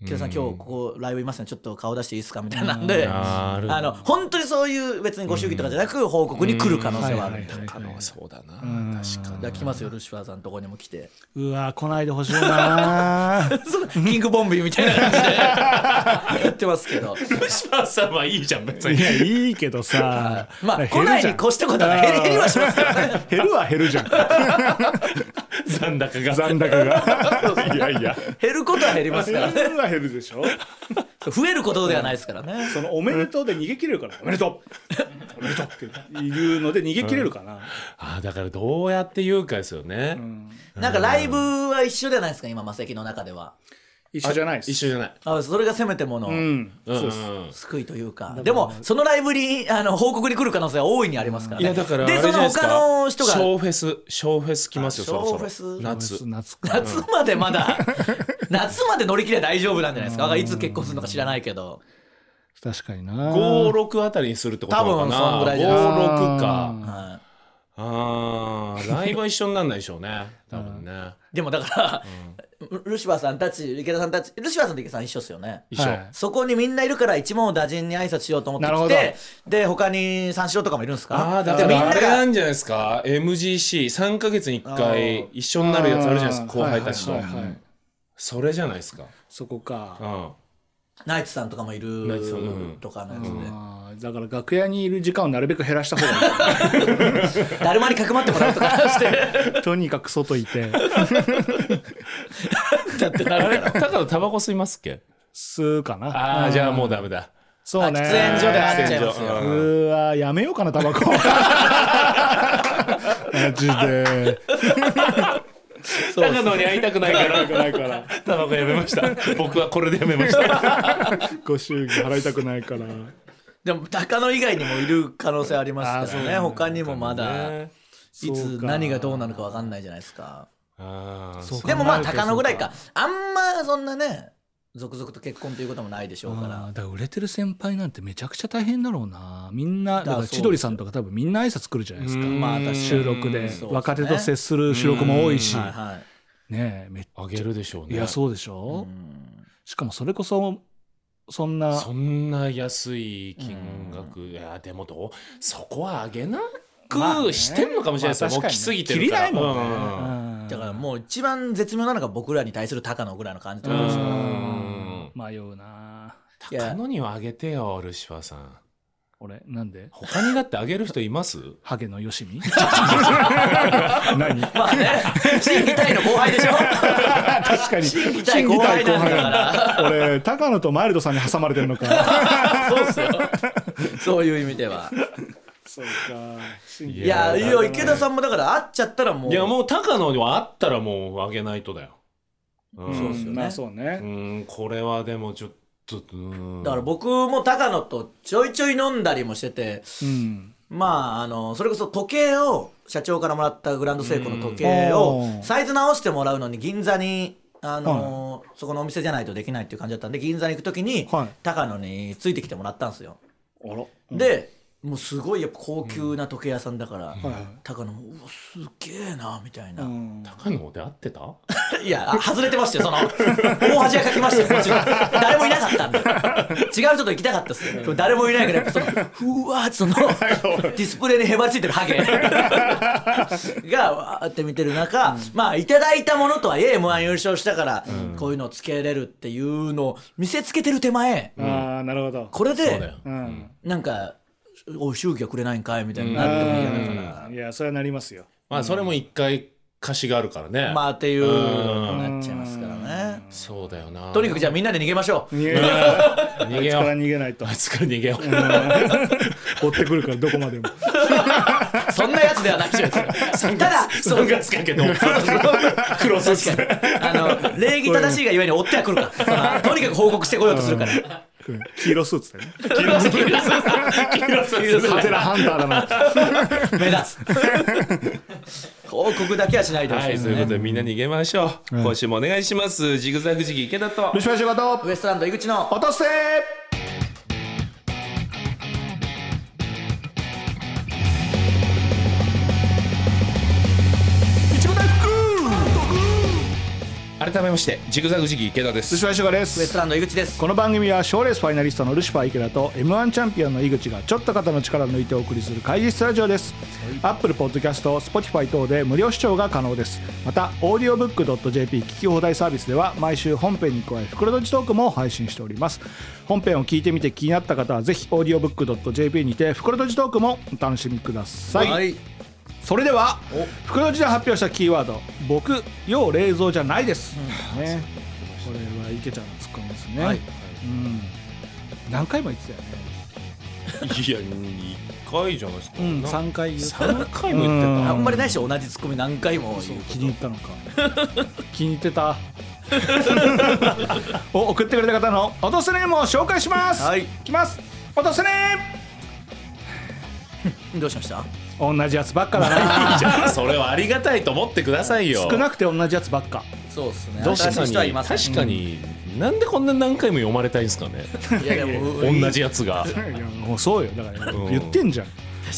Speaker 3: 池田さん
Speaker 1: うん
Speaker 3: 今日ここライブいますねちょっと顔出していいですか?」みたいなんで
Speaker 1: ある
Speaker 3: あの本当にそういう別にご祝儀とかじゃなく報告に来る可能性はあるみたいな
Speaker 2: うん
Speaker 3: だか
Speaker 1: あのそうだな確から
Speaker 3: 来ますよルシファーさんのとこにも 来て
Speaker 2: うわー、来ないでほしいな。
Speaker 3: そのキングボンビーみたいな感じでやってま すけど
Speaker 1: にルシファーさんはいいじゃん別
Speaker 2: いや、いいけどさ。
Speaker 3: まあ
Speaker 2: 減
Speaker 3: 来
Speaker 2: る
Speaker 3: ない
Speaker 2: じ
Speaker 3: に
Speaker 2: ゃん
Speaker 3: 越したことは減り減りはしますけどね
Speaker 2: 減るは減るじゃん。
Speaker 1: 残高が
Speaker 2: 残 高が。いやいや。
Speaker 3: 減ることは減りますからね
Speaker 2: 減るは減るでしょ。
Speaker 3: 増えることではないですからね
Speaker 2: そのおめでとうで逃げ切れるかな。おめでとう。おめでとうって言うので逃げ切れるかな。
Speaker 1: あだからどうやって言うかですよね、
Speaker 3: なんかライブは一緒じゃないですか今マセキの中では
Speaker 2: 一緒じゃないです。
Speaker 1: 一緒じゃない、
Speaker 3: あそれがせめてもの、
Speaker 2: うん。そうです。
Speaker 1: ん
Speaker 3: 救いというかでもそのライブにあの報告に来る可能性は大いにありますから、
Speaker 1: い
Speaker 3: ね、
Speaker 1: やだからあれ
Speaker 3: で
Speaker 1: じゃ
Speaker 3: そ
Speaker 1: ない
Speaker 3: の
Speaker 1: ですか
Speaker 3: 他の人が
Speaker 1: ショーフェスショーフェス来ますよそろそろ
Speaker 3: あショーフェス
Speaker 1: 夏
Speaker 2: 夏か。
Speaker 3: 夏までまだ 夏まで乗り切れば大丈夫なんじゃないですかいつ結婚するのか知らないけど
Speaker 2: 確かにな。
Speaker 1: 56あたりにするってことなのかな
Speaker 3: 多分そんぐらいじゃない
Speaker 1: 56か
Speaker 3: は
Speaker 1: あーライブは一緒になんないでしょうね 多分ね
Speaker 3: いでもだから、 ルシファーさんたち池田さんたちルシファーさんと池田さん一緒ですよね
Speaker 1: 一緒、
Speaker 2: はい
Speaker 3: そこにみんないるから一問打尽に挨拶しようと思って
Speaker 2: なる
Speaker 3: き
Speaker 2: ほ
Speaker 3: てで他に三四郎とかもいるんです
Speaker 1: あ
Speaker 3: か
Speaker 1: あだから
Speaker 3: でみん
Speaker 1: あ
Speaker 3: な
Speaker 1: れ
Speaker 3: が
Speaker 1: なんじゃないですか MGC3 ヶ月に1回一緒になるやつあるじゃないですか後輩たちと、
Speaker 2: はいはいはいはい
Speaker 1: それじゃないですか
Speaker 2: そこか
Speaker 1: う。ん
Speaker 3: ナイツさんとかもいる
Speaker 1: ナイツさんうん
Speaker 3: とかのやつで、
Speaker 2: あーだから楽屋にいる時間をなるべく減らした方が
Speaker 3: だるまにかくまってもらうとかして
Speaker 2: いいとにかく外いて
Speaker 3: だってな
Speaker 1: あ
Speaker 3: る
Speaker 1: れ高野タバコ吸いますっけ
Speaker 2: 吸うかな
Speaker 1: ああじゃあもうダメだ
Speaker 2: そうね
Speaker 3: 喫煙所で会っちゃいます
Speaker 1: 喫煙所
Speaker 2: う
Speaker 3: よ
Speaker 1: うん
Speaker 2: ーわやめようかなタバコマジで
Speaker 3: そう
Speaker 1: 高野に会いたくないから
Speaker 2: ないから
Speaker 1: タバコやめました僕はこれでやめました
Speaker 2: ご祝儀払いたくないから
Speaker 3: でも高野以外にもいる可能性ありますからね他にもまだ
Speaker 1: ね
Speaker 3: いつ何がどうなるか分かんないじゃないですか
Speaker 1: あー
Speaker 3: でもまあ高野ぐらいかあんまそんなね続々と結婚ということもないでしょうか
Speaker 2: あ
Speaker 3: ら
Speaker 2: ーだから売れてる先輩なんてめちゃくちゃ大変だろうなみんな
Speaker 3: だ
Speaker 2: だ
Speaker 3: か
Speaker 2: からら千鳥さんとか多分みんな挨拶来るじゃないですか
Speaker 1: うん
Speaker 3: まあ確かに
Speaker 2: 収録で
Speaker 3: そう
Speaker 2: 若手
Speaker 3: で
Speaker 2: と
Speaker 3: す
Speaker 2: 接
Speaker 3: ね
Speaker 2: する収録も多いし
Speaker 3: はいはい
Speaker 2: ねえめっ
Speaker 1: あげるでしょうね
Speaker 2: いやそうでし
Speaker 3: う
Speaker 2: ょ
Speaker 3: ん
Speaker 2: しかもそれこそそんな
Speaker 1: そんな安い金額いやでもどうそこは上げな
Speaker 2: ま
Speaker 1: く
Speaker 2: あね
Speaker 1: してんのかもしれないですよ
Speaker 2: ま
Speaker 1: も
Speaker 2: あ
Speaker 1: う来
Speaker 2: 確
Speaker 1: す
Speaker 2: かに
Speaker 1: ぎてるから
Speaker 2: 切りないもんね
Speaker 1: うん
Speaker 2: うん
Speaker 3: だからもう一番絶妙なのが僕らに対する高野ぐらいの感じってことでしょ
Speaker 1: う
Speaker 3: うん
Speaker 2: 迷うな
Speaker 3: うんいや
Speaker 1: 高野にはあげてよルシファーさん
Speaker 2: 俺なんで
Speaker 1: 他にだってあげる人います
Speaker 2: ハゲのよし み何確
Speaker 3: まあね 審議隊の後輩でし ょ
Speaker 2: かに
Speaker 3: 審議隊後輩なんだから
Speaker 2: 俺高野とマイルドさんに挟まれてるのか
Speaker 3: そうっすよそういう意味では
Speaker 2: そうか
Speaker 1: い
Speaker 3: いやい
Speaker 1: い
Speaker 3: や池田さんもだから会っちゃったらもう
Speaker 1: やもう高野にはあったらもうあげないとだようん
Speaker 3: そうっすよね
Speaker 2: まあそうね
Speaker 1: う、んこれはでもちょっとうん
Speaker 3: だから僕も高野とちょいちょい飲んだりもしてて
Speaker 2: うん、
Speaker 3: まああのそれこそ時計を社長からもらったグランドセイコの時計を
Speaker 2: うん
Speaker 3: サイズ直してもらうのに銀座に。あのそこのお店じゃないとできないっていう感じだったんで銀座に行く時に、
Speaker 2: はい
Speaker 3: 高野についてきてもらったんですよ、
Speaker 2: あら
Speaker 3: でもうすごいやっぱ高級な時計屋さんだか
Speaker 2: い
Speaker 3: ら、
Speaker 2: はい
Speaker 3: 高野も「うわすげえな」みたいな、
Speaker 2: うん
Speaker 1: 高野で合ってた
Speaker 3: いやあ外れてましたよその大恥はかきましたよもちろん誰もいなかったんで違う人と行きたかったっすよでも誰もいないからやっ ぱそのうわーそのディスプレイにへばりついてるハ ゲがわーって見てる中、まあいただいたものとはいえ m 1優勝したから、こういうのをつけれるっていうのを見せつけてる手前
Speaker 2: ああなるほど
Speaker 3: これ
Speaker 1: そうだ
Speaker 3: で
Speaker 1: よ
Speaker 2: うん、
Speaker 3: なんか「おい祝儀はくれないんかい」みたいになっても嫌だから。
Speaker 2: うんいやそれはなりますよ
Speaker 1: まあそれも一回貸しがあるからね
Speaker 3: まあっていうのになっちゃいますからね。
Speaker 1: そうだよな
Speaker 3: とにかくじゃあみんなで逃げましょう。
Speaker 2: 逃げない
Speaker 1: 逃
Speaker 2: あ
Speaker 1: げ
Speaker 2: いつ
Speaker 1: よ
Speaker 2: から
Speaker 1: う
Speaker 2: 逃げないと
Speaker 1: あいつから逃げよう
Speaker 2: 追ってくるからどこまでも
Speaker 3: そんなやつではないじゃん。ただ、そう
Speaker 1: 3月かけて追っかけて
Speaker 3: クロスあの、礼儀正しいがゆえに追ってはくる から。とにかく報告してこようとするから。
Speaker 2: うん黄色スーツだよね
Speaker 1: さ
Speaker 2: ハテナハンターだな
Speaker 3: 目立つ。報告だけはしないでほしい
Speaker 1: は
Speaker 3: で
Speaker 1: い、
Speaker 3: す
Speaker 1: というこ
Speaker 3: ね
Speaker 1: と。でみんな逃げましょう。今週もお願いします。ジグザグジギー池田と。
Speaker 2: ルシファー仕事
Speaker 3: ウエストランド井口の
Speaker 2: 落とせいちご大福
Speaker 1: 改めまして、ジグザグジギー池田で
Speaker 2: ル
Speaker 1: す。
Speaker 2: シファーシュガで
Speaker 3: ウエス
Speaker 2: す
Speaker 3: トランド井口です。
Speaker 2: この番組は賞レースファイナリストのルシファー池田と m 1チャンピオンの井口がちょっと肩の力を抜いてお送りする会議室ラジオです、Apple Podcast、Spotify 等で無料視聴が可能ですまた audiobook.jp 聞き放題サービスでは毎週本編に加え袋閉じトークも配信しております本編を聞いてみて気になった方はぜひ audiobook.jp にて袋閉じトークもお楽しみください、
Speaker 3: い。
Speaker 2: それでは袋閉じで発表したキーワード「僕要冷蔵じゃないです」ねこれは池ちゃんのツッコミですね、
Speaker 3: はい
Speaker 2: うん、何回も言ってたよね、
Speaker 1: いや、2回じゃないですか。
Speaker 2: うん、
Speaker 1: な
Speaker 2: 3回言って
Speaker 1: 三回も言って
Speaker 2: うん
Speaker 1: た。
Speaker 3: あんまりないし、同じツッコミ何回も言う。
Speaker 2: 気に入ったのか 気に入ってたを送ってくれた方の落とすネームを紹介します、
Speaker 3: はい
Speaker 2: きます落とすネ
Speaker 3: どうしました
Speaker 2: ーム同じやつばっか だな
Speaker 1: じゃあそれはありがたいと思ってくださいよ。
Speaker 2: 少なくて同じやつばっか
Speaker 3: そうですね。
Speaker 1: 確
Speaker 3: 新しい人
Speaker 1: か
Speaker 3: はい
Speaker 1: に、
Speaker 3: ません
Speaker 1: 確かに、なんでこんな何回も読まれたいんですかね。
Speaker 3: いやでも
Speaker 1: 同じやつが。
Speaker 2: いやもうそうよだから
Speaker 1: うん
Speaker 2: 言ってんじゃん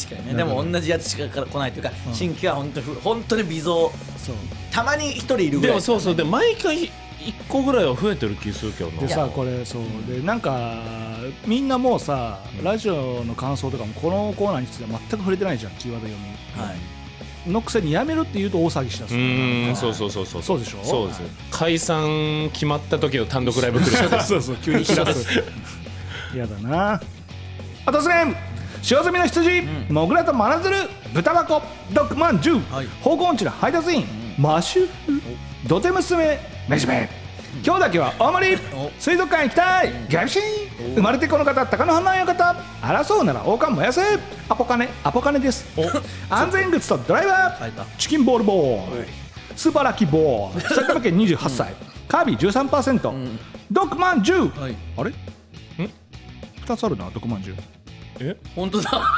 Speaker 3: 確かにねでも同じやつしか来ないというか、新規は本当ふ本当に微増
Speaker 2: そう
Speaker 3: たまに一人いるぐ
Speaker 1: で
Speaker 3: らい
Speaker 1: もそうそう、で、毎回1個ぐらいは増えてる気するけどな。
Speaker 2: でさこれそうでなんかみんなもうさラジオの感想とかもこのコーナーについては全く触れてないじゃんキーワード読
Speaker 3: はい
Speaker 2: みのくせにやめろって言うと大騒ぎしたん
Speaker 1: う
Speaker 2: ですよ
Speaker 1: ーん、そうそうそうそう。
Speaker 2: そうでしょ
Speaker 1: そうです。解散決まった時の単独ライブ来る人
Speaker 2: そうそう急に知らす嫌だなあとすね塩積みの羊、モグラと真鶴豚箱ドッグマンジュ
Speaker 3: はい
Speaker 2: 方向音痴の配達員、マシュフ土手娘めじめ今日だけは大盛り
Speaker 3: お
Speaker 2: 水族館行きたいギャビシン生まれてこの方高野花親方争うなら王冠燃やせアポカネアポカネです安全靴とドライバ
Speaker 3: 書いた
Speaker 2: ーチキンボールボーイスーパーラッキーボーイ埼玉県28歳、カービィ13%、ドクマン10、
Speaker 3: はい
Speaker 2: あれん2つあるなドクマン10
Speaker 1: え
Speaker 3: 本当だ
Speaker 2: あ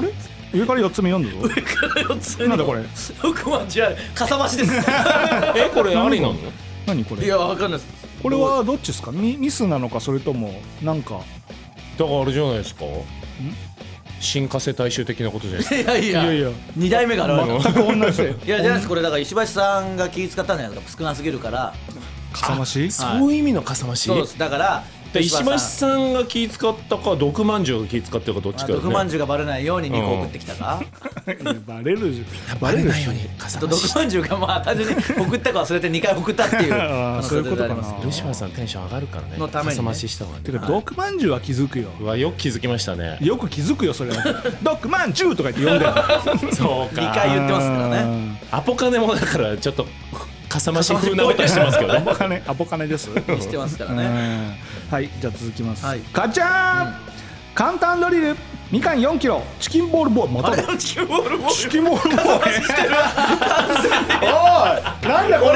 Speaker 2: れ上から4つ目読んだぞ
Speaker 3: 四つに
Speaker 2: なんだこれ
Speaker 3: 六万じゃかさ増しです
Speaker 1: えこれありなの
Speaker 2: 何こ
Speaker 3: い
Speaker 2: れ
Speaker 3: やわかんないです
Speaker 2: これはどっちですかミミスなのかそれともなんか
Speaker 1: だからあれじゃないですか新化世大衆的なことじゃないですか
Speaker 3: いやいや
Speaker 2: いやいや
Speaker 3: 二代目が現れ
Speaker 2: 全く同 じで
Speaker 3: たいやじゃないですこれだから石橋さんが気使ったんじゃないですか少なすぎるから
Speaker 2: かさまし
Speaker 1: そういう意味のかさまし
Speaker 3: そうですだから
Speaker 1: で石橋さんが気使ったか毒まんじゅうが気使ってるかどっち
Speaker 3: あ
Speaker 1: かよ
Speaker 3: 毒まん
Speaker 1: ね
Speaker 3: じゅうがバレないように肉を送ってきたか、
Speaker 2: いやバレるじゃん
Speaker 1: バレないようにかさ
Speaker 3: と
Speaker 1: ま
Speaker 3: 毒
Speaker 1: し
Speaker 3: まんじゅうがまあ単純に送ったか忘れて二回送ったっていう
Speaker 2: あーそういうことかな
Speaker 3: 可能性でありますけど
Speaker 1: ルシファーさんテンション上がるからね
Speaker 3: のためにね
Speaker 1: かさましした方が
Speaker 2: て
Speaker 1: ね
Speaker 2: かドクマンジュは気づくよ
Speaker 1: うわよく気づきましたね
Speaker 2: よく気づくよそれはドクマンジュとか言って読 んでる
Speaker 1: そう
Speaker 3: 二回
Speaker 1: か
Speaker 3: 言ってますからね
Speaker 2: ね
Speaker 1: アポカネもだからちょっとかさまし風なことしてますけど
Speaker 2: ア
Speaker 1: ね
Speaker 2: ボカネアボカネです
Speaker 3: してますから
Speaker 2: う
Speaker 3: ね
Speaker 2: んはいじゃあ続きます、
Speaker 3: はい
Speaker 2: ガチャーン、簡単ドリルみかん4キロチキンボールボーイまただ
Speaker 3: チキンボールボーイ
Speaker 2: チキンボール ボーイおいなんだこのコー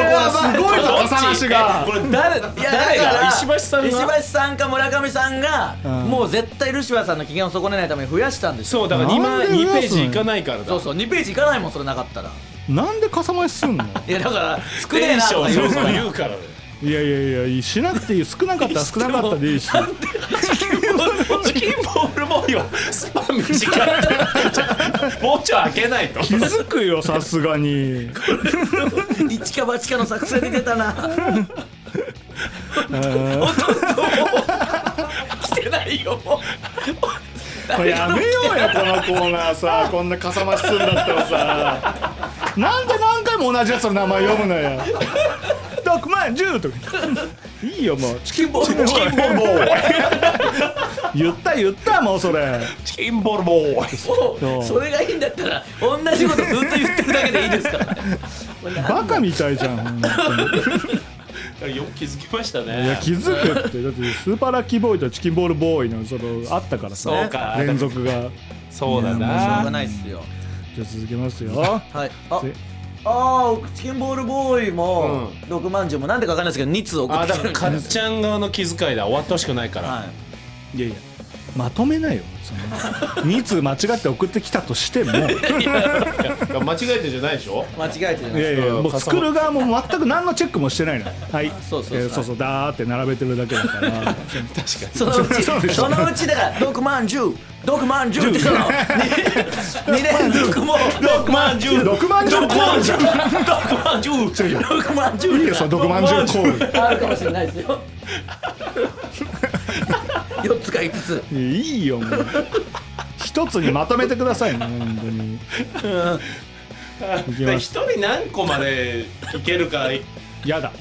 Speaker 2: ナーすごいぞ
Speaker 1: どっち
Speaker 2: 傘なしが
Speaker 1: これ誰
Speaker 3: いや
Speaker 1: 誰
Speaker 3: だから
Speaker 1: が石橋さん
Speaker 3: 石
Speaker 1: が
Speaker 3: 橋さんか村上さんが、
Speaker 2: うん
Speaker 3: もう絶対ルシファーさんの機嫌を損ねないために増やしたんですよ
Speaker 1: そうだから今
Speaker 2: なんで
Speaker 1: 2ペー
Speaker 2: 増やすの
Speaker 1: ジいかないからだ
Speaker 3: そうそう2ページいかないもんそれなかったら
Speaker 2: なんで傘増しすんの
Speaker 3: いやだから少ね
Speaker 1: テ
Speaker 3: え
Speaker 1: ン
Speaker 3: な
Speaker 1: ショ
Speaker 3: とか
Speaker 1: ンそ
Speaker 3: 言
Speaker 1: ううそう
Speaker 3: から
Speaker 1: 言うからだよ
Speaker 2: いやいやいやしなくていい少なかったら少なかったでいいし
Speaker 1: チキンボールボーイはスパン短かったもうちょい開けないと
Speaker 2: 気づくよさすがに
Speaker 3: 一か八かの作戦に出たな
Speaker 1: 来てないよもう
Speaker 2: これやめようよこのコーナー さこんなかさ増しするんだったらさなんで何回も同じやつの名前読むのよ6万10とかいいよもうチキンボールチキンボールボーイ言った言ったもうそれ
Speaker 1: チキンボールボーイ
Speaker 3: もうそれがいいんだったら同じことずっと言ってるだけでいいですからね
Speaker 2: バカみたいじゃんほん と
Speaker 1: よく気づきましたね
Speaker 2: いや気づくってだってスーパーラッキーボーイとチキンボールボーイのそのあったからさ
Speaker 1: そうか
Speaker 2: 連続が
Speaker 1: そうだ
Speaker 3: しょう
Speaker 1: な
Speaker 3: がないっすよ
Speaker 2: じゃあ続けますよ
Speaker 3: はいあ
Speaker 2: ぜ
Speaker 3: あーチキンボールボーイも六万十もなんでかわかんないですけど2通送っ
Speaker 1: あ
Speaker 3: て
Speaker 1: だ
Speaker 3: き
Speaker 1: か
Speaker 3: てる
Speaker 1: ら
Speaker 3: んで
Speaker 1: かっちゃん側の気遣いだ終わってほしくないから、
Speaker 3: はい
Speaker 2: いやいやまとめないよその2通間違って送ってきたとしても
Speaker 1: いや間違えてんじゃないでしょ
Speaker 3: 間違えてる
Speaker 2: いやいやもう
Speaker 1: そう
Speaker 2: 作る側も全く何のチェックもしてないのはい
Speaker 3: そうそうそう
Speaker 2: えーそうそうだーって並べてるだけだから
Speaker 3: そのうち
Speaker 2: そう
Speaker 3: そ
Speaker 2: でしょ
Speaker 3: のうちだから六万十六万十ってその二連続も六万十
Speaker 2: 6万十
Speaker 3: 六万十六万十六万十
Speaker 2: いいよその6万十コー
Speaker 3: あるかもしれないですよ四つか五つ
Speaker 2: ルいやいいよもう一つにまとめてくださいね本当にいき
Speaker 1: で
Speaker 2: ま
Speaker 1: 一
Speaker 2: す
Speaker 1: 人何個までいけるか
Speaker 2: やだ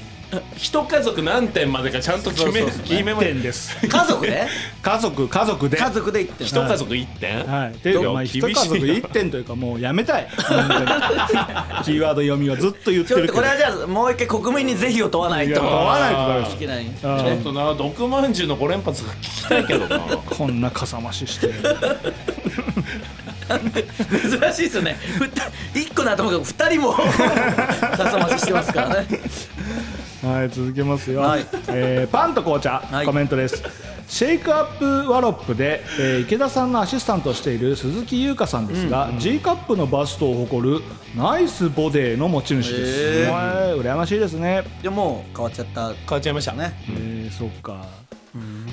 Speaker 1: 一家族何点までかちゃんと決め
Speaker 3: そうそうそう
Speaker 1: 決めま
Speaker 2: 点です
Speaker 3: 家族で
Speaker 2: 家族家族で
Speaker 3: 家族で行って
Speaker 1: 一家族一点、
Speaker 2: はい、というか、まあ、一家族
Speaker 1: 厳しい
Speaker 2: 1点というかもうやめたい本当にキーワード読みはずっと言って
Speaker 3: ちょっ
Speaker 2: るけど
Speaker 3: とこれはじゃあもう一回国民に是非を問わない
Speaker 2: い
Speaker 3: と
Speaker 2: や合わないとダメです
Speaker 3: いけない
Speaker 1: ち
Speaker 2: あ
Speaker 1: ょ
Speaker 2: ー
Speaker 1: っとな毒まんじゅうの5連発が聞きたいけどな
Speaker 2: こんなかさ増しして
Speaker 3: 珍しいですよねふた一個の頭が二人もかさ増ししてますからね
Speaker 2: はい続けますよ、
Speaker 3: はい
Speaker 2: えーパンと紅茶、
Speaker 3: はい
Speaker 2: コメントですシェイクアップワロップで、えー池田さんのアシスタントをしている鈴木優香さんですが、G カップのバストを誇るナイスボデーの持ち主です、
Speaker 3: へー
Speaker 2: はい羨ましいですね、
Speaker 3: でもう変わっちゃった
Speaker 1: 変わっちゃいました
Speaker 3: ね
Speaker 2: えーそっか、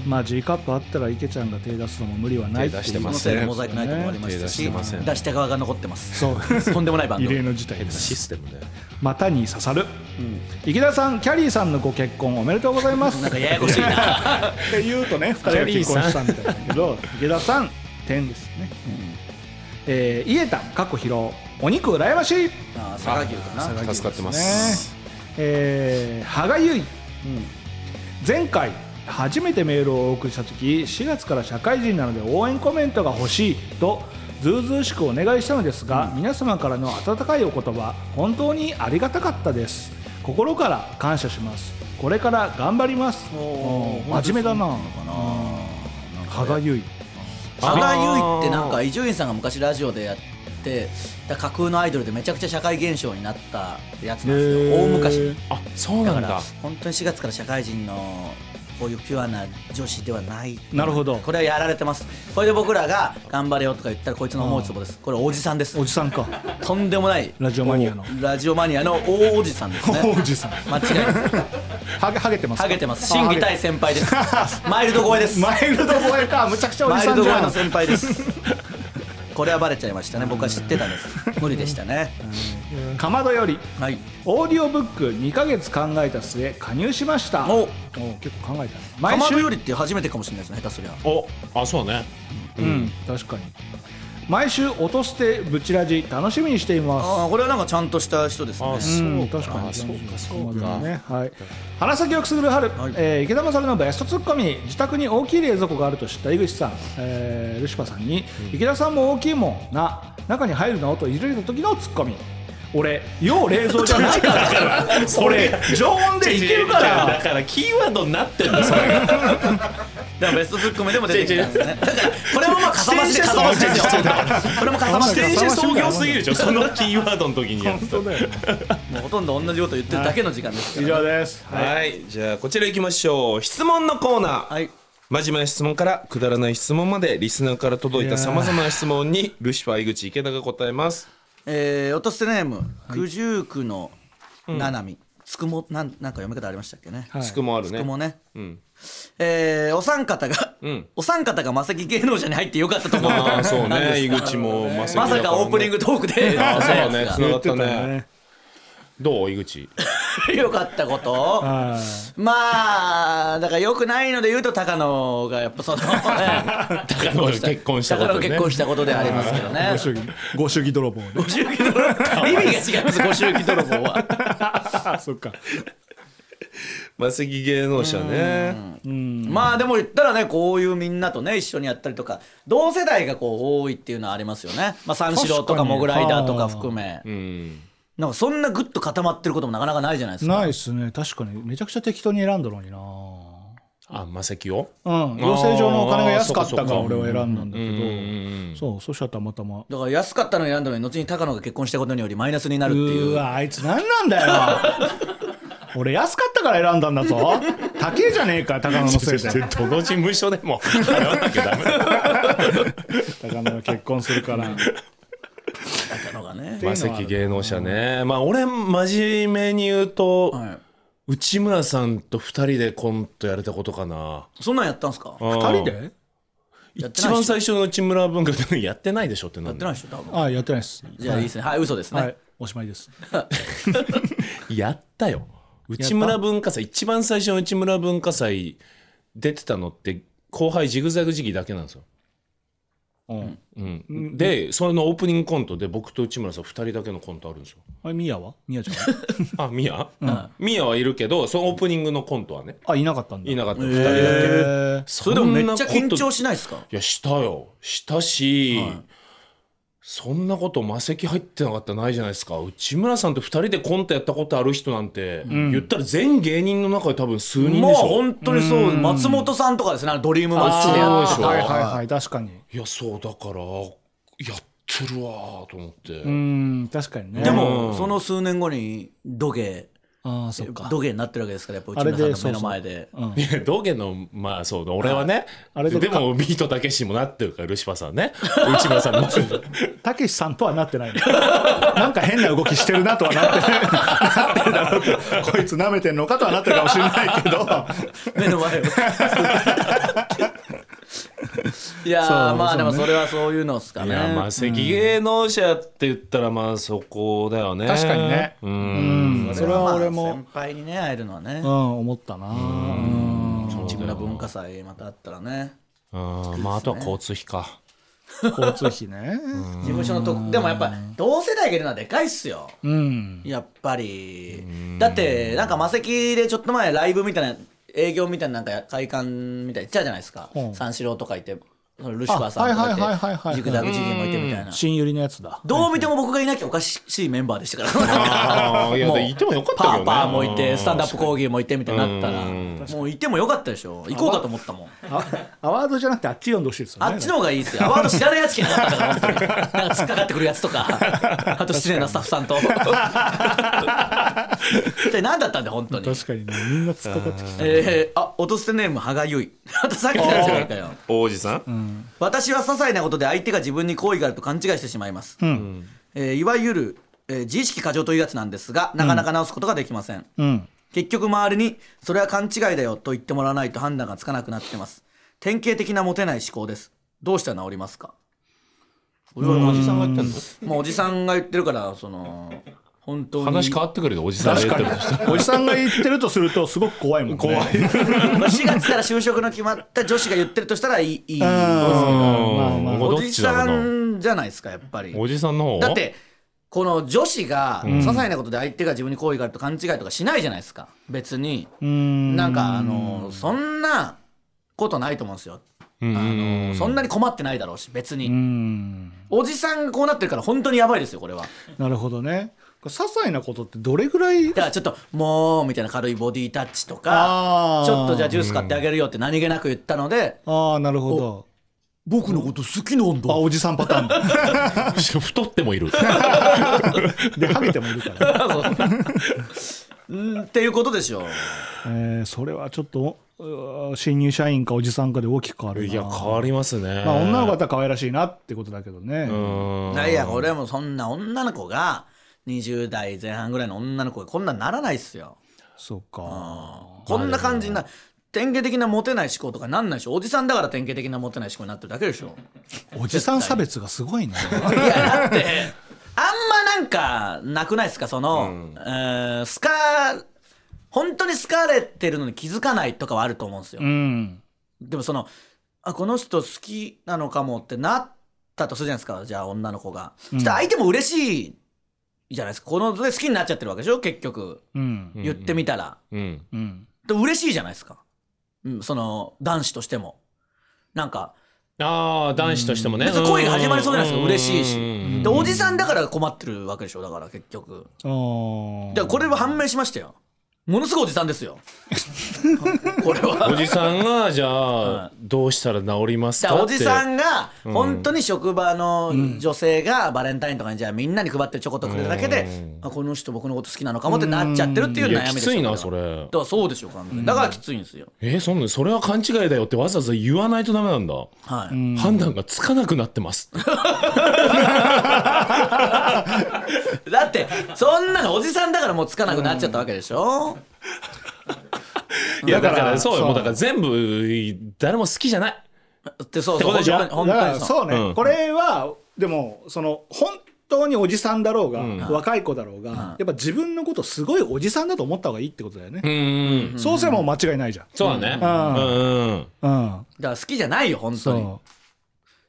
Speaker 2: まあ G カップあったら池ちゃんが手出すのも無理はないっていう
Speaker 1: 手出してま
Speaker 3: の
Speaker 1: す
Speaker 3: せいでモザイクナイトもありましたし
Speaker 1: 手出してません
Speaker 3: 出した側が残ってます
Speaker 2: そう
Speaker 3: とんでもないバン
Speaker 2: 異
Speaker 3: ド
Speaker 2: 例の事態です
Speaker 1: システムね
Speaker 2: 股に刺さる、池田さんキャリーさんのご結婚おめでとうございます
Speaker 3: なんかややこしいな
Speaker 2: って言うとね2人が結婚したみたいだけど池田さん点ですね、えー、イエタン過去疲労お肉羨ましい
Speaker 3: あー佐賀牛かな
Speaker 2: 佐賀牛
Speaker 1: 助かってま
Speaker 2: です
Speaker 1: す
Speaker 2: ねえー、歯がゆい、前回初めてメールをお送りした時4月から社会人なので応援コメントが欲しいとずうずうしくお願いしたのですが、皆様からの温かいお言葉本当にありがたかったです心から感謝しますこれから頑張ります
Speaker 3: おー
Speaker 2: うん真面目だな
Speaker 3: なんか
Speaker 2: 歯がゆい
Speaker 3: 佐賀牛ってなんか伊集院さんが昔ラジオでやってだ架空のアイドルでめちゃくちゃ社会現象になったやつなんですよ大昔
Speaker 1: あそうな
Speaker 3: だか
Speaker 1: んだ
Speaker 3: ら本当に4月から社会人のこういうピュアな女子ではない
Speaker 2: なるほど
Speaker 3: これはやられてますこれで僕らが「頑張れよ」とか言ったらこいつの思うつぼですこれおじさんです
Speaker 2: おじさんか
Speaker 3: とんでもない
Speaker 2: ラジオマニアの
Speaker 3: ラジオマニアの大おじさんですね
Speaker 2: おじさん
Speaker 3: 間違いない
Speaker 2: ハゲ ハゲてますか
Speaker 3: ハゲてます審議対先輩ですマイルド超 えです
Speaker 2: マイルド超えかむちゃくちゃおじ
Speaker 3: マイ
Speaker 2: さ
Speaker 3: ル
Speaker 2: ん
Speaker 3: ド
Speaker 2: じ
Speaker 3: 超え
Speaker 2: ゃ
Speaker 3: の
Speaker 2: ん
Speaker 3: 先輩ですこれはバレちゃいましたね僕は知ってたんです無理でしたね
Speaker 2: かまどより
Speaker 3: はい
Speaker 2: オーディオブック2ヶ月考えた末加入しました
Speaker 3: お
Speaker 2: 結構考えたね
Speaker 3: か
Speaker 2: 毎
Speaker 3: ま
Speaker 2: 週
Speaker 3: どよりって初めてかもしれないですね下手すりゃ
Speaker 1: おあそうね
Speaker 2: うん確かに毎週落としてブチラジ楽しみにしています
Speaker 3: ああこれはなんかちゃんとした人ですね
Speaker 1: あ
Speaker 2: う
Speaker 1: そ
Speaker 2: ん
Speaker 1: う
Speaker 2: 確かに
Speaker 1: あそうかそう
Speaker 2: か
Speaker 1: か
Speaker 2: ねはい花咲をくすぐる春、
Speaker 3: はい
Speaker 2: えー池田勝のベストツッコミ自宅に大きい冷蔵庫があると知った井口さん、えールシファーさんに、池田さんも大きいもんな中に入るのといじれた時のツッコミ俺よう冷蔵じゃないから
Speaker 1: それ
Speaker 2: 俺常温でいけるから
Speaker 1: だからキーワードになってんだそれが
Speaker 3: でもベストツッコミでも出てきたんですねだからこれもまあかさ増しでかさ増しですよこれもかさ増しで
Speaker 1: 自転
Speaker 3: す
Speaker 1: 車
Speaker 3: よ
Speaker 1: 創業すぎるでしょそのキーワードの時にやっ
Speaker 2: 本当だよな
Speaker 3: もうほとんど同じこと言ってるだけの時間です
Speaker 2: 以
Speaker 3: から
Speaker 2: 上です
Speaker 1: たはいじゃあこちら行きましょう質問のコーナー
Speaker 3: はい
Speaker 1: 真面目な質問からくだらない質問までリスナーから届いたさまざまな質問にルシファー井口池田が答えます
Speaker 3: えー、落とすネーム九十九のななみつくもなんなんか読み方ありましたっけね、
Speaker 2: はい
Speaker 1: つくもある
Speaker 3: つ
Speaker 1: ね
Speaker 3: くもね
Speaker 1: うん
Speaker 3: えー、お三方が、
Speaker 1: うん
Speaker 3: お三方がマセキ芸能者に入ってよかったと思う
Speaker 1: ああそう
Speaker 3: なんで
Speaker 1: ね
Speaker 3: す
Speaker 1: 井口もま
Speaker 3: まさかオープニングトークで
Speaker 1: ああそうねつな
Speaker 2: 言
Speaker 1: が
Speaker 2: っ
Speaker 1: ってた
Speaker 2: た
Speaker 1: ね
Speaker 2: ね
Speaker 1: どう井口
Speaker 3: よかったこと
Speaker 2: は
Speaker 3: まあだからよくないので言うと高野がやっ ぱその高
Speaker 1: 野が結婚したことね
Speaker 3: 高野が結婚したことでありますけど
Speaker 2: い
Speaker 3: ね
Speaker 2: ご祝儀ご祝儀泥棒ね
Speaker 3: ご祝儀泥棒意味が違いますご祝儀泥棒は
Speaker 2: あそっか
Speaker 1: マセキ芸能者ね
Speaker 3: まあでも言ったらねこういうみんなとね一緒にやったりとか同世代がこう多いっていうのはありますよね、まあ、三四郎と
Speaker 2: 確か
Speaker 3: か
Speaker 2: に
Speaker 3: モグライダーとか含め
Speaker 1: うん
Speaker 3: なんかそんなグッと固まってることもなかなかないじゃないですか
Speaker 2: ないっすね確かにめちゃくちゃ適当に選んだのにな
Speaker 1: あマセキを
Speaker 2: うん養成所のお金が安かったか
Speaker 1: あーそっかそっか
Speaker 2: ら俺は選んだんだ
Speaker 1: うんうん
Speaker 2: け
Speaker 1: うん
Speaker 2: どそうそしたらたまたま
Speaker 3: だから安かったのに選んだのに後に高野が結婚したことによりマイナスになる
Speaker 2: う
Speaker 3: っていう
Speaker 2: ーわあいつ何なんだよ 俺安かったから選んだんだぞ高えじゃねえか高野のせいで
Speaker 1: どの事務所でも 払わなきゃダメだ
Speaker 2: 高野が結婚するから
Speaker 3: 高野がね、
Speaker 1: マセキ芸能者ねまあ俺真面目に言うと、
Speaker 3: は、
Speaker 1: 内村さんと二人でコントやれたことかない
Speaker 3: そんなんやったんすか
Speaker 1: 二
Speaker 2: 二人で
Speaker 3: やって
Speaker 1: 一
Speaker 3: ないで
Speaker 1: 番
Speaker 3: しょ
Speaker 1: 最初の内村文化でやってないでしょってな
Speaker 3: やっ
Speaker 1: ん
Speaker 3: て
Speaker 1: だ
Speaker 3: ない
Speaker 1: よ
Speaker 3: でしょ多分
Speaker 2: あやってないです
Speaker 3: じゃあいいですねはい嘘ですね、
Speaker 2: はいおしまいです
Speaker 1: やったよ内村文化祭一番最初の内村文化祭出てたのって後輩ジグザグ時期だけなんですよ、
Speaker 2: うん
Speaker 1: うんでそれのオープニングコントで僕と内村さん二人だけのコントあるんですよ
Speaker 2: あれミヤはミヤちゃんは
Speaker 1: あミヤ、ミヤはいるけどそのオープニングのコントはね
Speaker 2: あいなかったんだ
Speaker 1: いなかった二人だけ、
Speaker 2: へー
Speaker 1: そ
Speaker 3: それでもめっ
Speaker 1: んな
Speaker 3: ちゃ
Speaker 1: こと
Speaker 3: 緊張しないですか
Speaker 1: いやしたよしたし、そんなこと魔石入ってなかったらないじゃないですか内村さんと2人でコントやったことある人なんて、言ったら全芸人の中で多分数人でしょ、
Speaker 3: もう本当にそう松本さんとかですねあのドリームマッチでやって
Speaker 1: あー
Speaker 2: はいはいはい確かに
Speaker 1: いやそうだからやってるわーと思って、
Speaker 2: うーん確かにね
Speaker 3: でも、
Speaker 1: うん
Speaker 3: その数年後に土下
Speaker 2: ああそっか
Speaker 3: 土下になってるわけですからやっぱ
Speaker 2: あれ
Speaker 3: 内
Speaker 2: で
Speaker 3: 村さんの目の前で
Speaker 2: うん
Speaker 1: いや道元のまあそうだ俺はね
Speaker 2: あれで
Speaker 1: でもビートたけしもなってるからルシファーさんね内村さんも
Speaker 2: たけしさんとはなってないの なんか変な動きしてるなとはなってないなってん だろうってこいつ舐めてんのかとはなってるかもしれないけど
Speaker 3: 目の前をいやー
Speaker 2: そう
Speaker 3: まあでも
Speaker 2: そうね
Speaker 3: それはそういうのっすか
Speaker 1: い
Speaker 3: ね
Speaker 1: やまあ石芸能者って言ったらまあそこだよね
Speaker 2: 確かにね
Speaker 1: うん
Speaker 2: それは俺
Speaker 3: まあ
Speaker 2: も
Speaker 3: 先輩にね会えるのはね
Speaker 2: うん思ったなうん
Speaker 3: 内村文化祭またあったらね
Speaker 1: うんまああとは交通費か
Speaker 2: 交通費ね
Speaker 3: 事務所のとこでもやっぱ同世代がいるのはでかいっすよ
Speaker 2: うん
Speaker 3: やっぱりだってなんかマセキでちょっと前ライブみたいな営業みたいななんか会館みたいな行っちゃうじゃないですか、
Speaker 2: うん
Speaker 3: 三四郎とかいてそのルシファーさんと
Speaker 2: あはいはいはいはい
Speaker 3: か
Speaker 2: はい
Speaker 3: いてジグザグ次元もいてみたいな
Speaker 2: 新百合のやつだ
Speaker 3: どう見ても僕がいなきゃおかしいメンバーでした から
Speaker 1: あーいや
Speaker 3: もう
Speaker 1: でいてもよかったけど
Speaker 3: パ
Speaker 1: ね
Speaker 3: ーパーもいてスタンダップ講義もいてみたいになったらもういてもよかったでしょ行こうかと思ったもん
Speaker 2: あアワードじゃなくてあっち読んでほしいですよ
Speaker 3: あ
Speaker 2: ね
Speaker 3: っちの方がいいっすよアワード知らないやつ来なかったから本当になんか突っかかってくるやつとかあと失礼なスタッフさんと一体何だったんだよ本当に
Speaker 2: 確かにねみんな突っかかってきた
Speaker 3: えー、あ落とすネーム羽賀結衣あとさっきのやつじゃないかよ
Speaker 1: 王子さん、
Speaker 3: 私は些細なことで相手が自分に好意があると勘違いしてしまいます、えーいわゆる、えー自意識過剰というやつなんですがなかなか直すことができません、
Speaker 2: うん
Speaker 3: 結局周りに「それは勘違いだよ」と言ってもらわないと判断がつかなくなってます典型的なモテない思考ですどうしたら治りますかこれはおじさんが言ってるのおじさんが言ってるからその本当に
Speaker 1: 話変わってくるでおじさんが
Speaker 2: 確
Speaker 1: 言ってる
Speaker 2: か
Speaker 1: としたら
Speaker 2: におじさんが言ってるとするとすごく怖いもんね怖い
Speaker 3: 4月から就職の決まった女子が言ってるとしたらいいいい
Speaker 1: うん
Speaker 2: まあまあ
Speaker 1: ど
Speaker 3: お
Speaker 1: っ
Speaker 3: じ
Speaker 1: ちだろ
Speaker 3: さ
Speaker 1: うなん
Speaker 3: じゃないですかやっぱり
Speaker 1: おじさんの方
Speaker 3: だってこの女子が些細なことで相手が自分に好意があると勘違いとかしないじゃないですか別に
Speaker 2: うん
Speaker 3: なんかあのそんなことないと思うんですよ
Speaker 1: うんうんうん
Speaker 3: そんなに困ってないだろうし別
Speaker 2: う
Speaker 3: に
Speaker 2: ん
Speaker 3: おじさんがこうなってるから本当にやばいですよこれは
Speaker 2: なるほどね些細なことってどれぐらい
Speaker 3: だからちょっと「もう」みたいな軽いボディタッチとか
Speaker 2: あー
Speaker 3: ちょっとじゃあジュース買ってあげるよって何気なく言ったので
Speaker 2: ああなるほど
Speaker 3: 「僕のこと好きなん
Speaker 2: あ
Speaker 3: だ
Speaker 2: おじさんパターンだ
Speaker 1: 太ってもい る。
Speaker 2: でハゲてもいるから、」
Speaker 3: うんっていうことでしょ
Speaker 2: えーそれはちょっとうー新入社員かおじさんかで大きく変わるない
Speaker 1: や、変わりますね。
Speaker 2: まあ、女の子だったら可愛らしいなってことだけどね、
Speaker 1: うん。
Speaker 3: いや俺はもうそんな女の子が20代前半ぐらいの女の子がこんなんならないっすよ
Speaker 2: そうか
Speaker 3: こんな感じにな典型的なモテない思考とかなんないでしょおじさんだから典型的なモテない思考になってるだけでしょ
Speaker 2: おじさん差別がすごい ね
Speaker 3: いやだってあんまなんかなくないですかその、えースカ本当に好かれてるのに気づかないとかはあると思うんですよ、
Speaker 2: うん
Speaker 3: でもそのあこの人好きなのかもってなったとするじゃないですかじゃあ女の子が、そしたら相手も嬉しいじゃないですかこの好きになっちゃってるわけでしょ結局
Speaker 2: うん
Speaker 3: 言ってみたら、
Speaker 1: うん。
Speaker 2: うん
Speaker 3: で嬉しいじゃないですか、うん、その男子としてもなんか
Speaker 1: ああ、男子としてもね。
Speaker 3: 別に恋が始まりそうじゃないですか
Speaker 1: ん
Speaker 3: 嬉しいし
Speaker 1: うん
Speaker 3: でおじさんだから困ってるわけでしょだから結局
Speaker 2: あー
Speaker 3: だからこれは判明しましたよものすごいおじさんで すよこれは
Speaker 1: おじさんが、じゃ
Speaker 3: は
Speaker 1: あ、どうしたら治ります
Speaker 3: だか
Speaker 1: からっ
Speaker 3: お
Speaker 1: て。
Speaker 3: じさんが本当に職場の女性がバレンタインとかにじゃあみんなに配ってるチョコとくれるだけで、あこの人僕のこと好きなのかもってなっちゃってるっていう
Speaker 1: いや
Speaker 3: 悩み
Speaker 1: き
Speaker 3: です
Speaker 1: つい
Speaker 3: よ
Speaker 1: な、
Speaker 3: こ
Speaker 1: そ
Speaker 3: れは
Speaker 1: れ
Speaker 3: だ。からそうでしょう完全にだからきついんですよ、
Speaker 1: え、そんな、それは勘違いだよってわざわざ言わないとダメなんだ。
Speaker 3: はい
Speaker 1: 判断がつかなくなってます。
Speaker 3: だってそんなのおじさんだからもうつかなくなっちゃったわけでしょ、
Speaker 1: いや、だか、
Speaker 2: だからら
Speaker 1: そうよ、もう
Speaker 2: そ
Speaker 1: だ
Speaker 2: う
Speaker 1: から全部、誰も好きじゃない。
Speaker 3: ってそう
Speaker 1: って
Speaker 3: そう
Speaker 1: こと
Speaker 3: 本
Speaker 1: でしょ
Speaker 3: 当に
Speaker 2: だか
Speaker 3: 本当
Speaker 2: ら
Speaker 3: にそう
Speaker 2: そうね、
Speaker 1: うん
Speaker 2: これはでもその本当におじさんだろうが、若い子だろうが、やっぱ自分のことすごいおじさんだと思った方がいいってことだよね、
Speaker 1: うん。
Speaker 2: そうすればもう間違いないじゃん
Speaker 1: そうだね。
Speaker 2: う
Speaker 1: うん。
Speaker 2: うん、
Speaker 3: だから好きじゃないよ本当に
Speaker 2: そ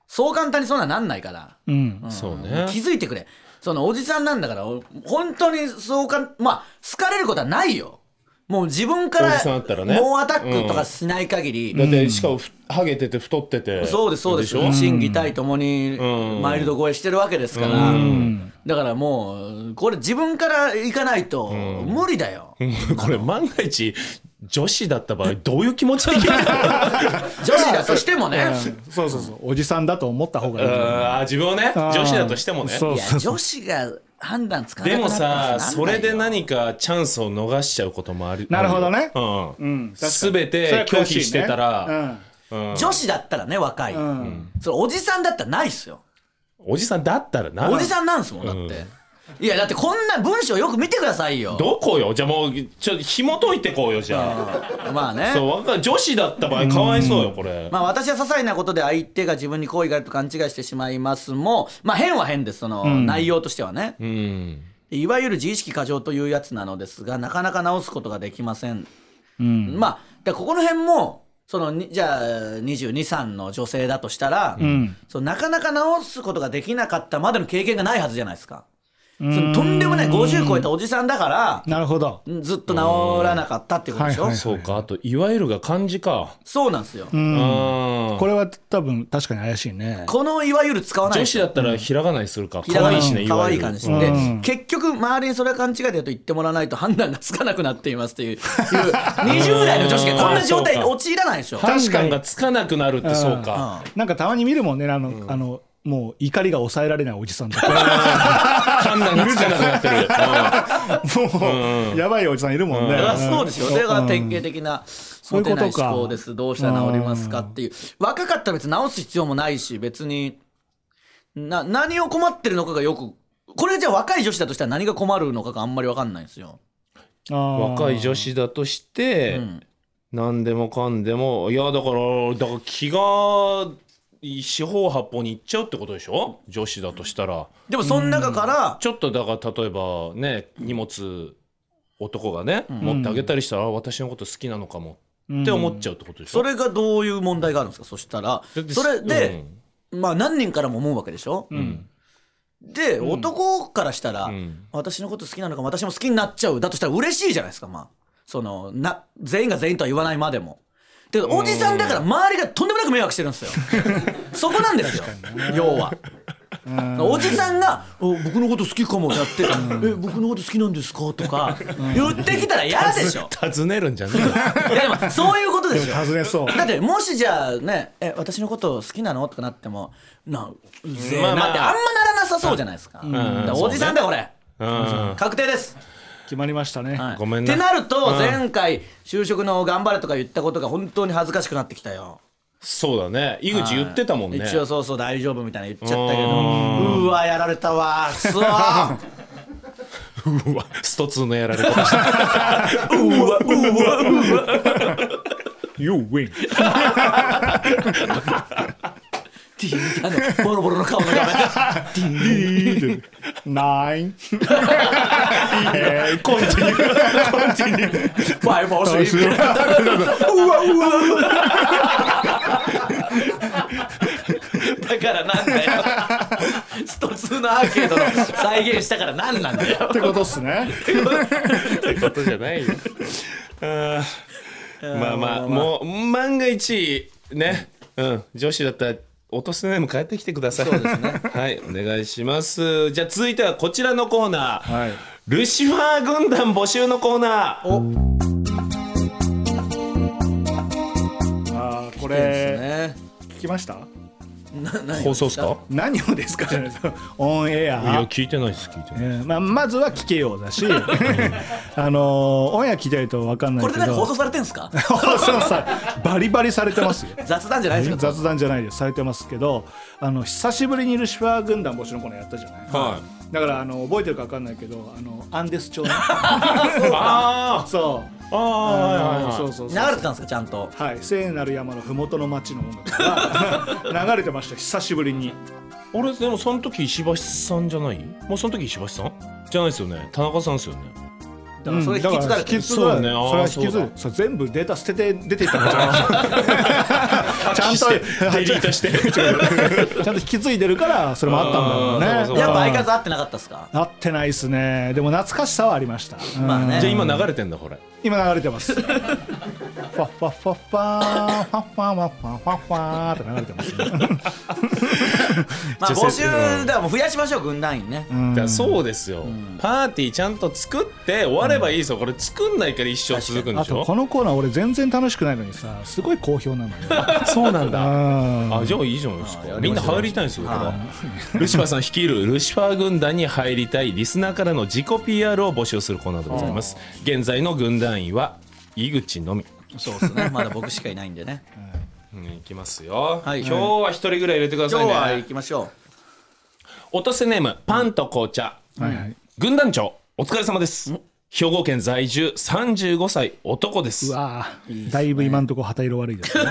Speaker 3: そう簡単にそんなんなんないから
Speaker 2: ううん
Speaker 1: そうね。
Speaker 3: 気づいてくれそのおじさんなんだからお本当にそうかまあ好かれることはないよもう自分から
Speaker 1: おじさんだったらね
Speaker 3: 猛アタックとかしない限り、
Speaker 1: だってしかもふハゲてて太ってて
Speaker 3: そうですそうです
Speaker 1: しょ
Speaker 3: 心技体ともに
Speaker 1: うん
Speaker 3: マイルド超えしてるわけですから、だからもうこれ自分から行かないと無理だよ、
Speaker 1: これ万が一女子だった場合どういう気持ちで聞いてる
Speaker 3: 女子だとしてもね、
Speaker 2: そうそうそうおじさんだと思った方がいいんだよ
Speaker 1: あー自分をね
Speaker 2: あー
Speaker 1: 女子だとしてもね
Speaker 2: そう
Speaker 3: いや女子が判断つかなく
Speaker 1: で
Speaker 3: な
Speaker 1: も
Speaker 3: ったら
Speaker 1: さそれで
Speaker 3: なんない
Speaker 1: 何
Speaker 3: よ
Speaker 1: かチャンスを逃しちゃうこともある
Speaker 2: なるほどね
Speaker 1: うん
Speaker 2: うん確か
Speaker 1: 全
Speaker 2: にそれ
Speaker 1: て
Speaker 2: は
Speaker 1: 拒
Speaker 2: 悔しいね
Speaker 1: 否してたら
Speaker 3: 女子だったらね若い、
Speaker 2: うん、うん
Speaker 3: それおじさんだったらないっすよ
Speaker 1: おじさんだったらな
Speaker 3: おじさんなんですもんだって、いやだってこんな文章よく見てくださいよ
Speaker 1: どこよじゃあもうちょっと紐解いてこうよじゃ
Speaker 3: まあね
Speaker 1: あそう若い女子だった場合かわいそうよこれ
Speaker 3: まあ私は些細なことで相手が自分に好意があると勘違いしてしまいますもまあ変は変ですその内容としてはね、
Speaker 1: うん
Speaker 3: いわゆる自意識過剰というやつなのですがなかなか直すことができません、まあだからここの辺もそのにじゃあ223の女性だとしたら、そのなかなか直すことができなかったまでの経験がないはずじゃないですかそのとんでもない50超えたおじさんだから
Speaker 2: なるほど
Speaker 3: ずっと治らなかったってことでしょ、
Speaker 2: はいはい
Speaker 1: そうかあといわゆるが漢字か
Speaker 3: そうなんですよ、
Speaker 1: うん
Speaker 2: これは多分確かに怪しいね
Speaker 3: このいわゆる使わない
Speaker 1: 女子だったらひらがなにするか
Speaker 3: ひら
Speaker 1: 可
Speaker 3: がな
Speaker 1: 愛いしね
Speaker 3: 可愛い
Speaker 1: わゆ
Speaker 3: 感
Speaker 1: る
Speaker 3: じで、
Speaker 2: うん
Speaker 3: 結局周りにそれは勘違いだと言ってもらわないと判断がつかなくなっていますと いういう20代の女子がこんな状態に陥らないでしょ
Speaker 2: か
Speaker 1: 判断がつかなくなるってそうか
Speaker 2: なんかたまに見るもんねあの、あのもう怒りが抑えられないおじさんとか
Speaker 1: 判断がつかなくなってる
Speaker 2: もうやばいおじさんいるもんね、
Speaker 3: だからそうですよだから
Speaker 2: う
Speaker 3: 典
Speaker 2: ん
Speaker 3: 型的な
Speaker 2: うい
Speaker 3: モ
Speaker 2: うこ
Speaker 3: テ
Speaker 2: とか
Speaker 3: ない思考ですどうしたら治りますかっていう若かったら別に治す必要もないし別にな何を困ってるのかがよくこれじゃあ若い女子だとしたら何が困るのかがあんまり分かんないんですよ
Speaker 2: あー
Speaker 1: 若い女子だとして、何でもかんでもいやだからだから気が四方八方に行っちゃうってことでしょ女子だとしたら
Speaker 3: でもその中から
Speaker 1: ちょっとだから例えばね荷物男がね、持ってあげたりしたらあ私のこと好きなのかもって思っちゃうってことでしょ、
Speaker 3: それがどういう問題があるんですかそしたら
Speaker 1: だって
Speaker 3: それで、まあ何人からも思うわけでしょ、で、男からしたら、
Speaker 1: ん
Speaker 3: 私のこと好きなのか私も好きになっちゃうだとしたら嬉しいじゃないですかまあそのな全員が全員とは言わないまでも。でおじさんだから周りがとんでもなく迷惑してるんですよそこなんですよ要はおじさんが「お僕のこと好きかも」ってやって「え僕のこと好きなんですか?」とか言ってきたら嫌でしょ
Speaker 1: 尋ねるんじゃねえよ
Speaker 3: いやでもそういうことでしょ
Speaker 2: 尋ねそう
Speaker 3: だってもしじゃあねえ私のこと好きなのとかなってもなうぜえな
Speaker 1: まあ
Speaker 3: ってあんま
Speaker 1: まあ
Speaker 3: ならなさそうじゃないですか,、だからおじさんだよこれ、
Speaker 1: うん
Speaker 3: 確定です、
Speaker 2: 決まりましたね、
Speaker 3: はい
Speaker 1: ごめん
Speaker 3: っ
Speaker 1: な
Speaker 3: てなる
Speaker 1: う
Speaker 3: と
Speaker 1: ん
Speaker 3: 前回就職の頑張れとか言ったことが本当に恥ずかしくなってきたよ
Speaker 1: そうだね井口言ってたもんね
Speaker 3: 一応そうそう大丈夫みたいな言っちゃったけど
Speaker 1: う
Speaker 3: うわやられたわくそー
Speaker 1: うわスト2のやられ方した
Speaker 2: You win
Speaker 3: ティーンってあのボロボロの顔の 画面
Speaker 2: Nine
Speaker 3: ファイフォースリーだからなんだよストツーのアーケードの再現したから何なんだよ
Speaker 2: ってことっすね
Speaker 1: ってことじゃないよあーまあまあもう万が一ね、うん、女子だったら落とすネーム変えてきてくださいそうですねはいお願いしますじゃあ続いてはこちらのコーナー、
Speaker 2: はい
Speaker 1: ルシファー軍団募集のコーナー
Speaker 2: あーこ
Speaker 3: です
Speaker 2: れ
Speaker 3: ね
Speaker 2: 聞きました
Speaker 1: 放送っすか
Speaker 2: 何をですかじゃないですかオンエ
Speaker 1: いや
Speaker 2: ア
Speaker 1: 聞いてないです聞いてない
Speaker 2: うんまあ、まずは聞けよう だしあのーオンエア聞いてないと分かんない
Speaker 3: こ
Speaker 2: けど
Speaker 3: れでなんか放送されてんすか
Speaker 2: 放送さバリバリされてますよ
Speaker 3: 雑談じゃないですか
Speaker 2: 雑談じゃないですされてますけどあの久しぶりにルシファー軍団募集のコーナーやったじゃない、
Speaker 1: はい
Speaker 2: だからあの覚えてるか分かんないけどあのアンデス 調ね
Speaker 1: あ
Speaker 2: そう
Speaker 1: あああ
Speaker 2: あのそうそう
Speaker 3: 流
Speaker 2: そう
Speaker 3: れてたんですかちゃんと
Speaker 2: はい聖なる山の麓の町の音楽が 流れてました久しぶりに
Speaker 1: 俺でもその時石橋さんじゃないもうその時石橋さんじゃないですよね田中さんですよね
Speaker 3: だからそれ引
Speaker 2: だか
Speaker 3: き継
Speaker 2: ら
Speaker 3: がれ
Speaker 2: 引
Speaker 3: て
Speaker 2: き
Speaker 3: る
Speaker 2: 継がれ
Speaker 1: そうねあー
Speaker 2: それは引き継がれそれ全部データ捨てて出てい ったんじゃないちゃんと
Speaker 1: デリートして
Speaker 2: ちゃんと引き継いでるからそれもあったんだろ
Speaker 1: あー
Speaker 2: う
Speaker 1: そうか
Speaker 2: ね
Speaker 3: や
Speaker 1: そうか
Speaker 3: っぱ相方合ってなかったっすか
Speaker 2: なってないですねでも懐かしさはありました、うん
Speaker 3: まあね
Speaker 1: じゃあ今流れてんだこれ
Speaker 2: 今流れてますファッファッファッファーファッファーファッファーファーって流れてますね
Speaker 3: まあ
Speaker 1: 女性
Speaker 3: 募集だからもう増やしましょう軍団員ね
Speaker 1: だからそうですよ、パーティーちゃんと作って終わればいいですよこれ作んないから一生続くんで
Speaker 2: あ
Speaker 1: しょ
Speaker 2: とこのコーナー俺全然楽しくないのにさすごい好評なのよ
Speaker 1: そうなんだ
Speaker 2: うん
Speaker 1: あじゃあいいじゃないですか
Speaker 3: あ
Speaker 1: みんな入りたいんですよだからルシファーさん率いるルシファー軍団に入りたいリスナーからの自己 PR を募集するコーナーでございます現在の軍団員は井口のみ
Speaker 3: そうですねまだ僕しかいないんでね
Speaker 1: うんいきますよ、
Speaker 3: はい
Speaker 1: 今日は一人ぐらい入れてくだ
Speaker 3: 今
Speaker 1: さい
Speaker 3: 日
Speaker 1: ね
Speaker 3: は行きましょ
Speaker 1: 落とせネームパンと紅茶、
Speaker 2: はいはい
Speaker 1: 軍団長お疲れ様です兵庫県在住35歳男で
Speaker 2: う
Speaker 1: す
Speaker 2: わーだいぶ今んとこ旗色悪いですね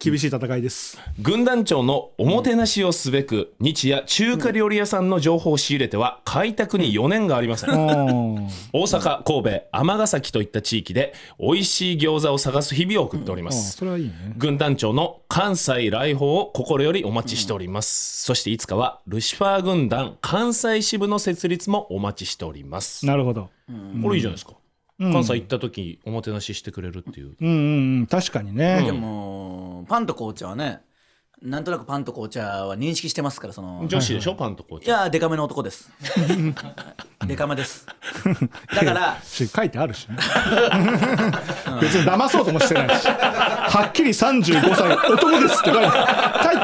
Speaker 2: 厳しい戦いです
Speaker 1: 軍団長のおもてなしをすべく、日夜中華料理屋さんの情報を仕入れては開拓に4年がありません、
Speaker 2: うん
Speaker 1: 大阪神戸尼崎といった地域で美味しい餃子を探す日々を送っております、
Speaker 2: それはいいね
Speaker 1: 軍団長の関西来訪を心よりお待ちしております、そしていつかはルシファー軍団関西支部の設立もお待ちしております
Speaker 2: なるほど
Speaker 1: これいいじゃないですか、関西行った時おもてなししてくれるっていう、
Speaker 2: うんうんうん確かに
Speaker 3: うで
Speaker 2: ね
Speaker 3: もパンと紅茶はねなんとなくパンと紅茶は認識してますからその
Speaker 1: 女子でしょパンとこう
Speaker 3: いやーデカめの男です。デカめです。だから
Speaker 2: し書いてあるしね別に騙そうともしてないしはっきり35歳男ですって書いて書いて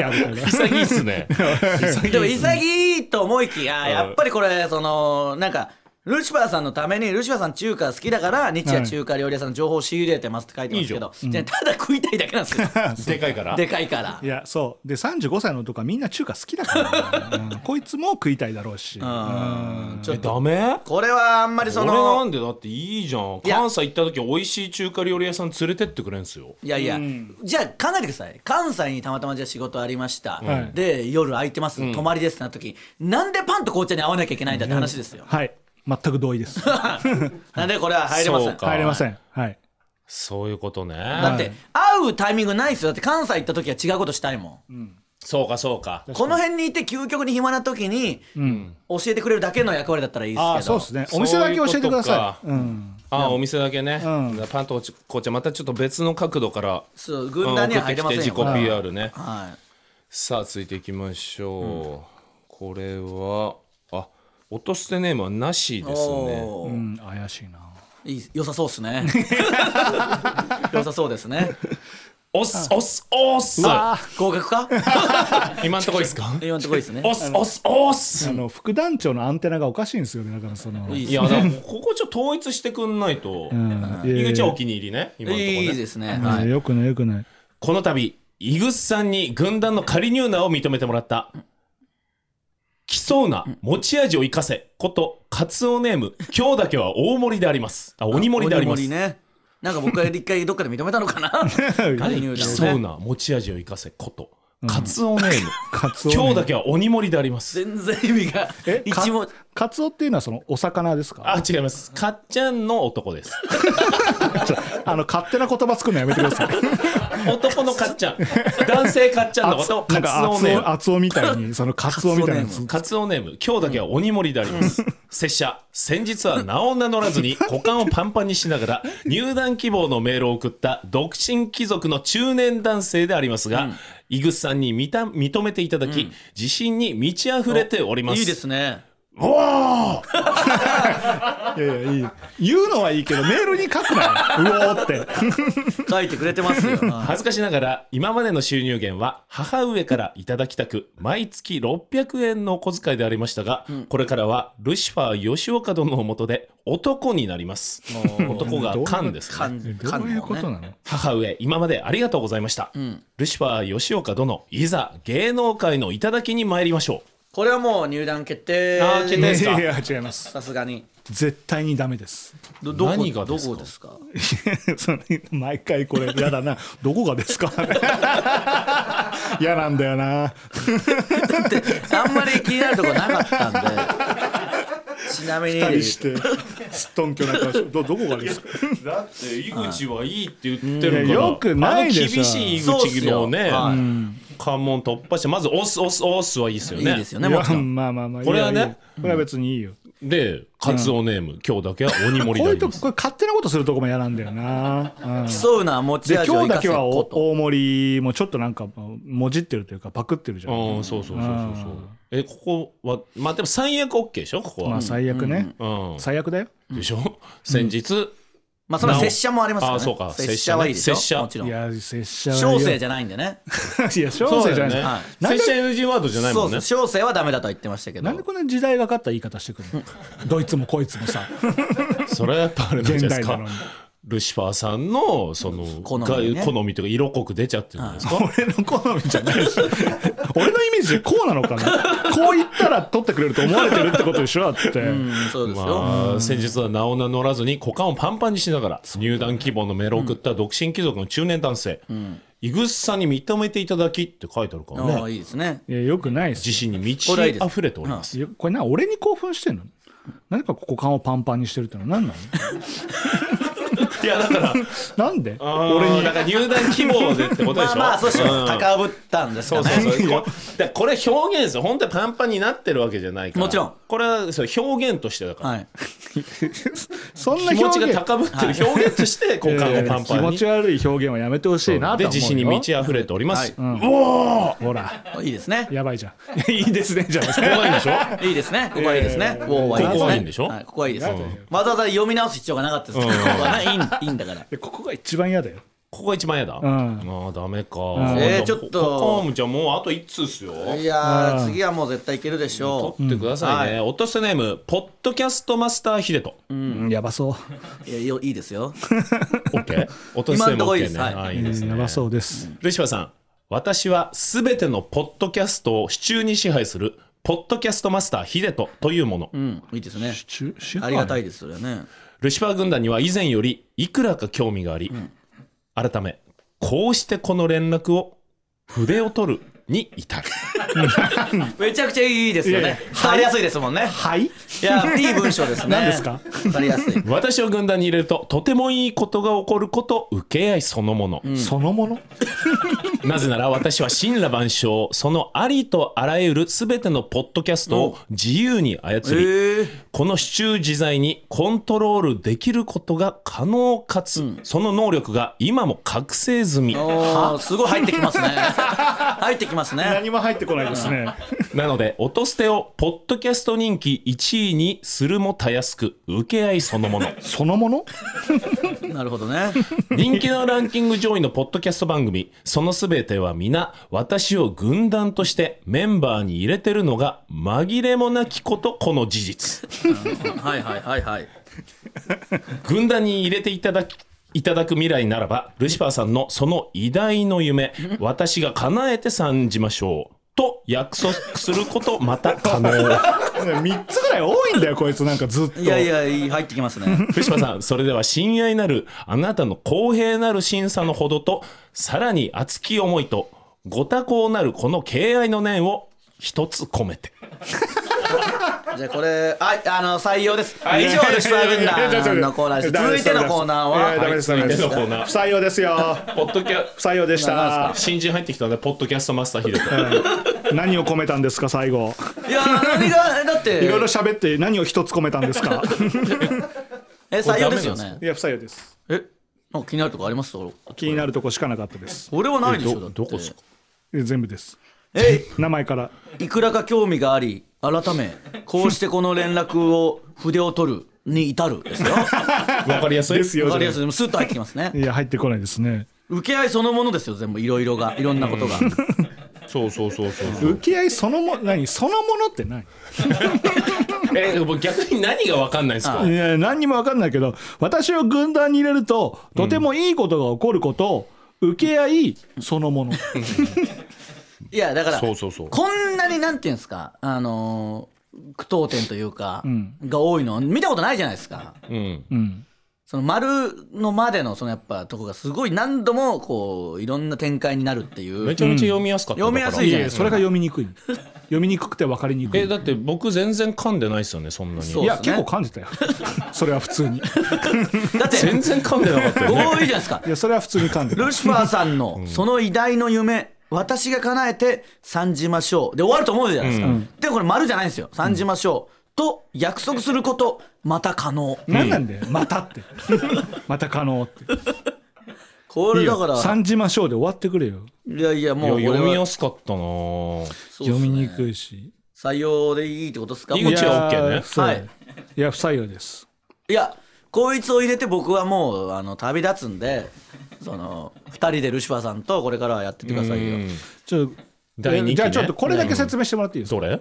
Speaker 2: あるから
Speaker 1: 潔 いっすね
Speaker 3: でも潔いと思いきややっぱりこれそのなんか。ルシファーさんのためにルシファーさん中華好きだから日夜中華料理屋さんの情報を仕入れてますって書いてますけどじゃあただ食いたいだけなんですよ
Speaker 1: でかいから
Speaker 3: でかいから
Speaker 2: いやそうで35歳の男はみんな中華好き だからね、うんこいつも食いたいだろうし、
Speaker 3: うんちょ
Speaker 1: え
Speaker 3: っと
Speaker 1: ダメ
Speaker 3: これはあんまりそ
Speaker 1: 俺な
Speaker 3: の
Speaker 1: んでだっていいじゃん
Speaker 3: いや
Speaker 1: 関西行った時美味しい中華料理屋さん連れてってくれんすよ
Speaker 3: いやいやじゃあ考えてください関西にたまたまじゃあ仕事ありました
Speaker 2: はい
Speaker 3: で夜空いてます泊まりですってなった時なんでパンと紅茶に合わなきゃいけないんだって話ですよ
Speaker 2: はい全く同意です
Speaker 3: なんでこれは入れませ
Speaker 1: そ
Speaker 3: ん
Speaker 1: うか
Speaker 2: 入れませんはい
Speaker 1: そういうことね
Speaker 3: だって会うタイミングないですよだって関西行った時は違うことしたいもん、
Speaker 1: そうかそうか
Speaker 3: この辺にいて究極に暇な時に教えてくれるだけの役割だったらいいですけど
Speaker 2: ああそうですねお店だけ教えてください
Speaker 1: そう
Speaker 2: うん、
Speaker 1: ああお店だけね、
Speaker 2: うん
Speaker 1: パンと紅茶またちょっと別の角度から
Speaker 3: そう軍団には入れません
Speaker 1: うん送ってきて
Speaker 3: よ
Speaker 1: 自己 PR ね
Speaker 3: は
Speaker 1: さあ続いていきましょう、これはあ落と捨てネームはなしですね
Speaker 3: お
Speaker 2: う
Speaker 3: ー
Speaker 2: ん怪しいない
Speaker 3: い良さそうですね 良さそうですね
Speaker 1: おっすおっすおっす
Speaker 2: あ
Speaker 3: 合 格か
Speaker 1: 今んとこいいです か
Speaker 3: 今のところいいですね
Speaker 1: おっすおっすおっす
Speaker 2: あの副団長のアンテナがおかしいんですよねだからその
Speaker 3: いい
Speaker 1: い
Speaker 3: で
Speaker 1: や
Speaker 3: すね
Speaker 1: だからここちょっと統一してくんないと、
Speaker 2: うん
Speaker 1: 井口はお
Speaker 2: い
Speaker 1: 気に入りね今のとこね
Speaker 3: いいですね、
Speaker 2: や
Speaker 3: はい
Speaker 2: や
Speaker 3: い、
Speaker 2: よくないよくない
Speaker 1: この度井口さんに軍団の仮入団を認めてもらった来そうな持ち味を生かせことカツオネーム今日だけは大盛りでありますあ鬼盛りであります
Speaker 3: 鬼盛ねなんか僕が一回どっかで認めたのかな
Speaker 1: 何
Speaker 3: 仮入団をね
Speaker 1: 来そうな持ち味を生かせことカツオネーム
Speaker 2: カツオね
Speaker 1: 今日だけは鬼盛りであります
Speaker 3: 全然意味が
Speaker 2: えか
Speaker 3: 一文
Speaker 2: カツオっていうのはそのお魚ですか
Speaker 1: あ違いますかっちゃんの男です
Speaker 2: あの勝手な言葉作るのやめてくだ さい
Speaker 1: 男のかっちゃん男性かっちゃんのことカ
Speaker 2: な
Speaker 1: ツ
Speaker 2: んか
Speaker 1: オ
Speaker 2: 厚
Speaker 1: ネー
Speaker 2: 尾
Speaker 1: ム
Speaker 2: 厚尾みたいにそのカツオみたいなやつ
Speaker 1: カツオネーム今日だけは鬼盛りであります、拙者先日は名を名乗らず に股間をパンパンにしながら入団希望のメールを送った独身貴族の中年男性でありますが、井口さんに見た認めていただき、自信に満ち溢れております
Speaker 3: いいですね
Speaker 1: おー
Speaker 2: いやいやいい言うのはいいけどメールに書くなようおー って
Speaker 3: 書いてくれてますよ
Speaker 1: 恥ずかしながら今までの収入源は母上からいただきたく毎月600円のお小遣いでありましたが、これからはルシファー吉岡殿の下で男になります男が勘ですね
Speaker 3: 感じ
Speaker 2: どういうことなの
Speaker 1: 母上今までありがとうございました、ルシファー吉岡殿いざ芸能界の頂きに参りましょ
Speaker 3: これはもう入団決定
Speaker 1: あー決
Speaker 2: い
Speaker 1: 定
Speaker 2: や
Speaker 1: ですか
Speaker 2: いや違います
Speaker 3: さすがに
Speaker 2: 絶対にダメです
Speaker 3: どどこ
Speaker 1: 何がですか
Speaker 3: どこですか
Speaker 2: その毎回これやだなどこがですか 嫌なんだよな
Speaker 3: ってあんまり気になるとこな かったんでちなみに
Speaker 2: 二人してすっとんきょな顔してどどこがですか
Speaker 1: うだって井口はいいって言って
Speaker 2: るからよくないでしょ
Speaker 1: あの厳しい井
Speaker 3: そうっす
Speaker 1: 口
Speaker 3: よ
Speaker 1: のね、
Speaker 3: はい
Speaker 1: 関門突破してまず押す押す押すはいいですよ
Speaker 3: いい
Speaker 1: ね
Speaker 3: ですよねもちろん
Speaker 2: まあまあまあ
Speaker 1: これはいね
Speaker 2: いよいいよこれは別にいいよ、
Speaker 1: でカツオネーム、今日だけは鬼盛り
Speaker 2: こう
Speaker 1: であ
Speaker 2: いう
Speaker 1: り
Speaker 2: と
Speaker 1: ま
Speaker 2: こ
Speaker 1: す
Speaker 2: これ勝手なことするとこも嫌なんだよな、うん
Speaker 3: 競うのは持ち
Speaker 2: で
Speaker 3: 味
Speaker 2: 今
Speaker 3: を
Speaker 2: 日
Speaker 3: 生
Speaker 2: だ
Speaker 3: かせ
Speaker 2: け
Speaker 3: る
Speaker 2: は
Speaker 3: こ
Speaker 2: お
Speaker 3: と
Speaker 2: 大盛りもちょっとなんかもじってるというかパクってるじゃん、
Speaker 1: うんそうそうそうそうそう
Speaker 2: うん
Speaker 1: えここはまあでも最悪 OK でしょここ
Speaker 2: ま
Speaker 1: は
Speaker 2: あ、最悪ね、
Speaker 1: うん
Speaker 2: 最悪だよ
Speaker 1: でしょ先日、
Speaker 3: まあそれは拙者もありますからね
Speaker 1: あそうか
Speaker 3: 拙者はいいですよ
Speaker 1: 拙者
Speaker 3: もちろ
Speaker 2: い
Speaker 3: ん
Speaker 2: や拙者は
Speaker 3: 小生
Speaker 2: じ
Speaker 3: じゃないんでね
Speaker 2: ゃ いや小
Speaker 1: そう
Speaker 2: 生じ
Speaker 1: だ
Speaker 2: ゃ
Speaker 1: よ
Speaker 2: ない、
Speaker 1: ね
Speaker 3: はい
Speaker 2: なん
Speaker 1: 拙
Speaker 2: で
Speaker 1: 者 NG ワードじゃない
Speaker 3: そ
Speaker 1: も
Speaker 3: うん
Speaker 1: ね
Speaker 3: そう小生はダメだとは言ってましたけど
Speaker 2: なんでこんな時代がかった言い方してくるのどいつもこいつ もさ
Speaker 1: それはやっぱあれなんじ
Speaker 2: 現
Speaker 1: ゃないで
Speaker 2: 代
Speaker 1: す
Speaker 2: なの
Speaker 1: か
Speaker 2: に
Speaker 1: ルシファーさんのその
Speaker 3: 好みね
Speaker 1: が好みというか色濃く出ちゃってるんですか、
Speaker 2: 俺の好みじゃないし 俺のイメージでこうなのかなこう言ったら取ってくれると思われてるってことでしょだって、
Speaker 3: うんそうですよ、
Speaker 1: まあ、先日は名を名乗らずに股間をパンパンにしながら入団希望のメールを送った独身貴族の中年男性、イグ井口さんに認めていただきって書いてあるから
Speaker 3: ああ
Speaker 1: ね
Speaker 3: いいですね
Speaker 2: いやよくないです
Speaker 1: 自信に満ち溢れております
Speaker 2: よこれな俺に興奮してんの何かここ顔をパンパンにしてるってのは何なの
Speaker 1: いやだから
Speaker 2: なんで
Speaker 1: 俺にだから入団希望でってことでしょ
Speaker 3: まあまあそうですよ、
Speaker 1: ん
Speaker 3: 高ぶったんです
Speaker 1: そ
Speaker 3: か
Speaker 1: う
Speaker 3: ね
Speaker 1: そう そうこだからこれ表現ですよ本当にパンパンになってるわけじゃないから
Speaker 3: もちろん
Speaker 1: これはそう表現としてだから、
Speaker 3: はい
Speaker 2: そんな
Speaker 1: 気
Speaker 2: 表
Speaker 1: 持
Speaker 2: 現
Speaker 1: ちが高ぶってる表現と して股間をパン
Speaker 2: 気
Speaker 1: パン
Speaker 2: 持
Speaker 1: に
Speaker 2: ち悪い表現はやめてほしいなと
Speaker 1: で
Speaker 2: は思うよ
Speaker 1: 自信に満ち溢れております、
Speaker 2: うんほら
Speaker 3: いいですね
Speaker 2: やばいじゃ んいいですねじゃあ
Speaker 1: 怖いでしょ
Speaker 3: いいですねここはいいですねウォーはいいですね
Speaker 1: ここはいいんでしょ
Speaker 3: はいここはいいです
Speaker 2: うん
Speaker 3: わざわざ読み直す必要がなかったですから
Speaker 1: うん
Speaker 3: ここはねいいいいんだから
Speaker 2: でここが一番嫌だよ
Speaker 1: ここが一番嫌だ、
Speaker 2: ん
Speaker 1: ああダメか、
Speaker 2: ん
Speaker 3: えーちょっと
Speaker 1: コムちゃんもうあと1通っすよ
Speaker 3: いや
Speaker 2: う
Speaker 3: ー
Speaker 2: ん
Speaker 3: 次はもう絶対いけるでしょう
Speaker 1: 取ってくださいね、落としてネームポッドキャストマスターヒデト
Speaker 2: うんやばそう
Speaker 3: いやよいいですよ
Speaker 1: OK 落としてネーム
Speaker 3: 今んとこ
Speaker 1: OK
Speaker 3: いい
Speaker 1: ね
Speaker 3: ですはい
Speaker 1: あーいいです
Speaker 2: うん
Speaker 1: ね
Speaker 2: やばそうです
Speaker 1: ルシファーさん私は全てのポッドキャストを手中に支配するポッドキャストマスターヒデトというもの、
Speaker 3: うんいいですね
Speaker 2: 中支配
Speaker 3: ありがたいですそれはね
Speaker 1: ルシファー軍団には以前よりいくらか興味があり、改めこうしてこの連絡を筆を取るに至る
Speaker 3: めちゃくちゃいいですよ
Speaker 2: いや
Speaker 3: ね伝わりやすいですもんね
Speaker 2: はい
Speaker 3: いやいい文章ですね
Speaker 2: 何ですか
Speaker 3: 伝わりやすい
Speaker 1: 私を軍団に入れるととてもいいことが起こること受け合いそのもの、
Speaker 2: そのもの
Speaker 1: なぜなら私は神羅万象そのありとあらゆる全てのポッドキャストを自由に操り、
Speaker 3: ええ
Speaker 1: この手中自在にコントロールできることが可能かつ、その能力が今も覚醒済み
Speaker 3: おーすごい入ってきますね入ってきますね
Speaker 2: 何も入ってこないですね。
Speaker 1: なので、音捨てをポッドキャスト人気1位にするもたやすく、受け合いそのもの。
Speaker 2: そのもの
Speaker 3: なるほどね
Speaker 1: 人気のランキング上位のポッドキャスト番組、そのすべては皆、私を軍団としてメンバーに入れてるのが紛れもなきこと、この事実。
Speaker 3: はいはいはいはい
Speaker 1: 軍団に入れていただき、いただく未来ならば、ルシファーさんのその偉大の夢、私が叶えて参じましょう。と約束すること、また可能。
Speaker 2: 3つぐらい多いんだよ、こいつなんかずっと。
Speaker 3: いやいやいい入ってきますね
Speaker 1: 福島さん、それでは親愛なる、あなたの公平なる審査のほどと、さらに熱き思いと、ご多幸なるこの敬愛の念を一つ込めて。
Speaker 3: じゃあこれああの採用です以上ルシファー軍団のコーナーです続いてのコーナー
Speaker 2: いやダ
Speaker 3: は
Speaker 2: メですダメです
Speaker 1: 続いてのコーナー
Speaker 2: 不採用ですよ。
Speaker 1: ポッドキャ、
Speaker 2: 不採用でした。
Speaker 1: 新人入ってきたね、ポッドキャストマスターヒデと。
Speaker 2: 何を込めたんですか、最後。
Speaker 3: いや何がだっ
Speaker 2: いろいろ
Speaker 3: て
Speaker 2: 喋って何を一つ込めたんですか。
Speaker 3: え採用ですよ
Speaker 1: これダメなん
Speaker 3: ね
Speaker 2: いや、不採用です。
Speaker 3: えなんか気になるとこあります
Speaker 2: 気になるとこしかなかったです。
Speaker 3: 俺はないでし
Speaker 1: ど
Speaker 3: ょだって
Speaker 1: どこですか
Speaker 2: え全部です。
Speaker 3: え
Speaker 2: 名前から。
Speaker 3: いくらか興味があり改めこうしてこの連絡を筆を取るに至 るですよ
Speaker 1: わかりやすい
Speaker 2: ですよ。
Speaker 3: わかりやすいでもスッと入ってきますね
Speaker 2: いや、入ってこないですね。
Speaker 3: 受け合いそのものですよ全部いろいろがいろん なことが
Speaker 1: そうそうそうそう。
Speaker 2: 受け合いそのも、何そのものって何
Speaker 1: え、でも逆に何がわかんないんですか
Speaker 3: あ
Speaker 2: いや、何にも分かんないけど、私を軍団に入れると、とてもいいことが起こることを、受け合いそのもの。
Speaker 3: いやだから
Speaker 1: そうそうそう
Speaker 3: こんなになんていうんですかあのー句読点というか、が多いの見たことないじゃないですか
Speaker 1: うん。
Speaker 2: うん。
Speaker 3: その丸のまでのそのやっぱとこがすごい何度もこういろんな展開になるっていう
Speaker 1: めちゃめちゃ読みやすかった。
Speaker 3: うん読みやす
Speaker 2: いやい
Speaker 3: いじゃない
Speaker 2: や、
Speaker 3: ですか
Speaker 2: それが読みにくい。読みにくくて分かりにくい。
Speaker 1: え、だって僕全然噛んでないですよね、そんなに。
Speaker 3: そう
Speaker 2: いや、
Speaker 3: ですね
Speaker 2: 結構感じ たよ。それは普通に。
Speaker 3: だって
Speaker 1: 全然噛んでなかったよ
Speaker 3: 多
Speaker 1: ね。
Speaker 3: いじゃないですか
Speaker 2: いや、それは普通に感じた。
Speaker 3: ルシファーさんのその偉大の夢、私が叶えて参じましょうで終わると思うじゃないですか、でもこれ丸じゃないんですよ参じましょう、と約束することまた可能
Speaker 2: 何なんだよ、また って。また可能って。
Speaker 3: これだから
Speaker 2: 3時ましょうで終わってくれよ。
Speaker 3: いやいや
Speaker 1: い
Speaker 3: もう
Speaker 1: や
Speaker 3: 俺は
Speaker 1: 読みやすかったなぁ
Speaker 3: そうっす
Speaker 2: 読
Speaker 3: ね
Speaker 2: みにくいし。
Speaker 3: 採用でいいってことですか
Speaker 1: いい
Speaker 3: もう
Speaker 1: こっちは OK ね
Speaker 2: いやそう
Speaker 3: はい
Speaker 2: いや、不採用です。
Speaker 3: いやこいつを入れて僕はもうあの旅立つんでその2人でルシファーさんとこれからはやってってくださいよ
Speaker 2: ちょっと、
Speaker 1: 第二期ね
Speaker 2: えじゃあちょっとこれだけ説明してもらっていいですか
Speaker 1: どれ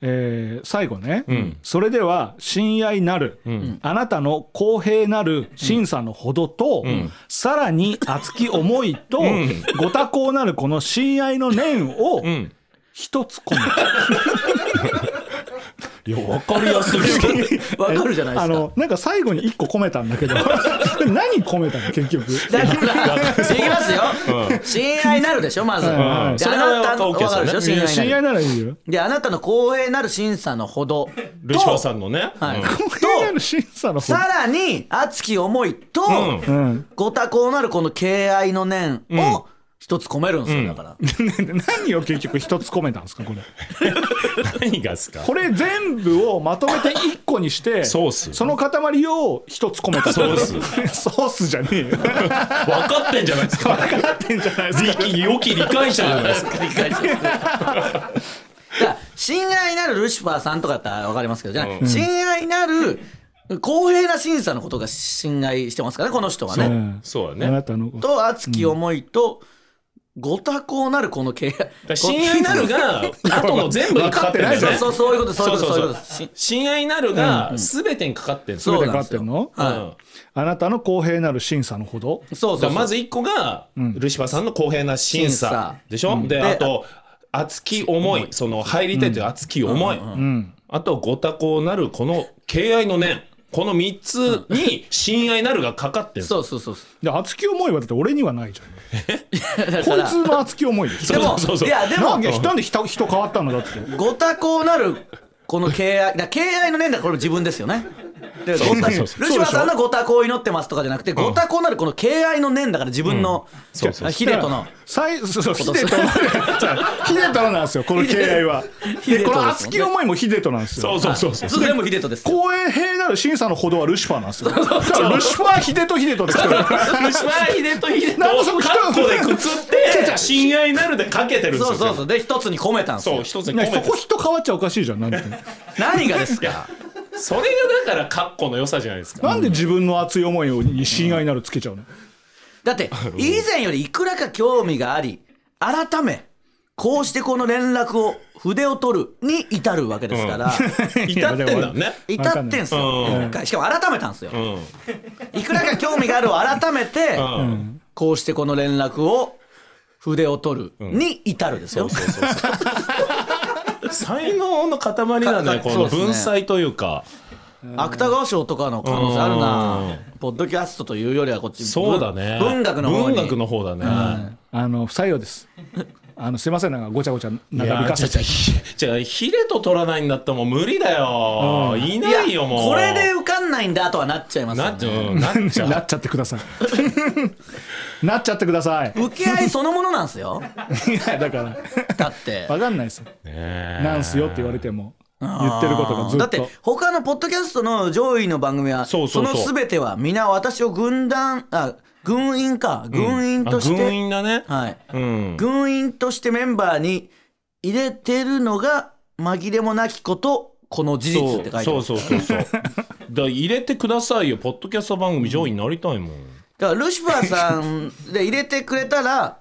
Speaker 2: えー最後ね、それでは親愛なる、あなたの公平なる審査のほどと、さらに熱き思いと、ご多幸なるこの親愛の念を
Speaker 1: ん
Speaker 2: 一つ込む、
Speaker 1: いや、わかりやすいですけど。
Speaker 3: わかるじゃないで
Speaker 2: あ
Speaker 3: すか
Speaker 2: のなんか最後に一個込めたんだけ ど何込めたの結局
Speaker 3: だからいきますよ、親愛なるでしょまず、
Speaker 2: いはい
Speaker 3: で
Speaker 1: そ
Speaker 3: あ
Speaker 1: れは
Speaker 3: なたの
Speaker 1: オッケ
Speaker 3: わ
Speaker 1: ーです
Speaker 3: か
Speaker 1: よね
Speaker 3: るでしょ親愛な
Speaker 2: 親愛
Speaker 3: る
Speaker 2: ならいいよ
Speaker 3: であなたの公平なる審査のほど
Speaker 1: ルシファーさんのね。
Speaker 3: は
Speaker 1: う
Speaker 3: い
Speaker 1: ん
Speaker 2: 公平なる審査のほど
Speaker 3: さらに熱き思いと、
Speaker 1: う
Speaker 2: うん、
Speaker 3: ご多幸なるこの敬愛の念を一つ込めるんですよ、
Speaker 1: うん
Speaker 3: だから
Speaker 2: 何を結局一つ込めたんですかこれ
Speaker 1: 何がですか
Speaker 2: これ全部をまとめて一個にして
Speaker 1: そうっす
Speaker 2: その塊を一つ込めた
Speaker 1: そうっす
Speaker 2: ソースじゃねえよ
Speaker 1: 分かってんじゃないですか。
Speaker 2: 分かってんじゃないですか
Speaker 1: 理良き理解者じゃないですか。
Speaker 3: 理解してだから親愛なるルシファーさんとかだったら分かりますけどじゃない、
Speaker 1: うん
Speaker 3: 親愛なる公平な審査のことが侵害してますからねこの人は
Speaker 2: う
Speaker 3: ね。
Speaker 2: ん
Speaker 1: そう
Speaker 2: あ
Speaker 1: だね。
Speaker 2: なたの
Speaker 3: と熱き思いと、ご多幸なるこの敬
Speaker 1: だ
Speaker 3: 愛
Speaker 1: 親愛なるが、後の全部にかかってるんだよ
Speaker 3: そう
Speaker 1: ね。
Speaker 3: そうそういうことそういうことそういうことです
Speaker 1: そう。親愛なるが、全てにかかってるんですよ。
Speaker 2: 全
Speaker 3: そ
Speaker 2: て
Speaker 3: う
Speaker 2: かか
Speaker 3: なんで
Speaker 2: っ
Speaker 3: す
Speaker 2: て
Speaker 3: よ
Speaker 2: んの
Speaker 1: うん
Speaker 3: は
Speaker 2: あなたの公平なる審査のほど
Speaker 3: いそう
Speaker 1: だか
Speaker 3: そ
Speaker 1: ら
Speaker 3: うそう
Speaker 1: まず一個が、ルシファーさんの公平な審
Speaker 3: 審
Speaker 1: 査
Speaker 3: 査
Speaker 1: でしょ、で
Speaker 3: で
Speaker 1: あと熱き思いその入りたいという熱き思い、あとご多幸なるこの敬愛の念この3つに親愛なるがかかってる、
Speaker 3: そうそうそうそ
Speaker 2: で熱き思いはだって俺にはないじゃん
Speaker 3: うだか
Speaker 2: こい
Speaker 3: ら
Speaker 2: つの熱き思いでし
Speaker 1: そ
Speaker 2: ょ
Speaker 1: う
Speaker 3: でも
Speaker 1: そうそう
Speaker 3: いやでも
Speaker 2: なんでなんで人人変わったのだって
Speaker 3: ご多幸なるこの敬愛だ敬愛の念だからこれ自分ですよねでご多
Speaker 1: そ
Speaker 3: ル
Speaker 1: う
Speaker 3: シ
Speaker 1: そ
Speaker 3: ファーさんのご多幸を祈ってますとかじゃなくて、ご多幸なるこの敬愛の念だから自分の、
Speaker 1: そうそう
Speaker 3: ヒデとの
Speaker 2: 最そうそうヒデトのヒデトなんですよこの敬愛は
Speaker 3: ヒ
Speaker 2: で
Speaker 3: デトですもんね
Speaker 2: この熱き思いもヒデトなんですよ
Speaker 1: そうそうそうそう
Speaker 3: 全部ヒデとですよ
Speaker 2: 公平なる審査のほどはルシファーなんですよ。だからルシファー、ヒデとヒデとですから。
Speaker 1: ルシファーヒデとヒデと
Speaker 2: なんでそこ
Speaker 1: カッコでくっつっ
Speaker 2: 違う違
Speaker 1: て
Speaker 2: う
Speaker 1: 親愛なるでかけてるんです
Speaker 3: そ
Speaker 1: よ
Speaker 3: うそうそうで一つに込めたんです
Speaker 1: そう
Speaker 3: よ
Speaker 1: 一つに
Speaker 2: ね
Speaker 1: 込
Speaker 2: そ
Speaker 1: めて
Speaker 2: こ人変わっちゃおかしいじゃんなんて
Speaker 3: 何がですか
Speaker 1: それがだからカッコの良さじゃないです か
Speaker 2: なんで自分の熱い思いをに親愛なるつけちゃうの、
Speaker 3: だって以前よりいくらか興味があり改めこうしてこの連絡を筆を取るに至るわけですから、
Speaker 1: 至ってんだね
Speaker 3: 至ってんすよ、
Speaker 1: うん
Speaker 3: 今回しかも改めたんですよ、
Speaker 1: うん
Speaker 3: いくらか興味があるを改めて、
Speaker 1: うん
Speaker 3: こうしてこの連絡を筆を取るに至るですよ、
Speaker 1: 才能の塊なんだね
Speaker 3: か
Speaker 1: こ
Speaker 3: そう
Speaker 1: の
Speaker 3: ですね
Speaker 1: 文才というか
Speaker 3: 芥川賞とかの可能性あるなポッドキャストというよりはこっち
Speaker 1: そうだね
Speaker 3: 文文学の方に
Speaker 1: 文学の方だね
Speaker 2: あの不採用ですあのすいませんなんかごちゃごちゃ
Speaker 1: い
Speaker 2: 長
Speaker 1: や
Speaker 2: 引かせちゃい
Speaker 1: じゃあヒレと取らないんだったらもう無理だよいないよもう
Speaker 3: これで受かんないんだとはなっちゃいますよ
Speaker 1: なっちゃ
Speaker 3: ね
Speaker 1: ううんなっちゃう
Speaker 2: なっちゃってくださいなっちゃってください
Speaker 3: 受け合いそのものなんですよ
Speaker 2: いやだから
Speaker 3: だって
Speaker 2: わかんないですよ
Speaker 1: な
Speaker 2: なんすよって言われても言ってることがずっと
Speaker 3: だって他のポッドキャストの上位の番組は
Speaker 1: そうそうそう
Speaker 3: の全ては皆私を軍団あ軍員か軍員として、
Speaker 1: 軍員だね
Speaker 3: はい、
Speaker 1: うん
Speaker 3: 軍員としてメンバーに入れてるのが紛れもなきことこの事実って書いてます
Speaker 1: そうそうそうそうだから入れてくださいよポッドキャスト番組上位になりたいもん
Speaker 3: だからルシファーさん で入れてくれたら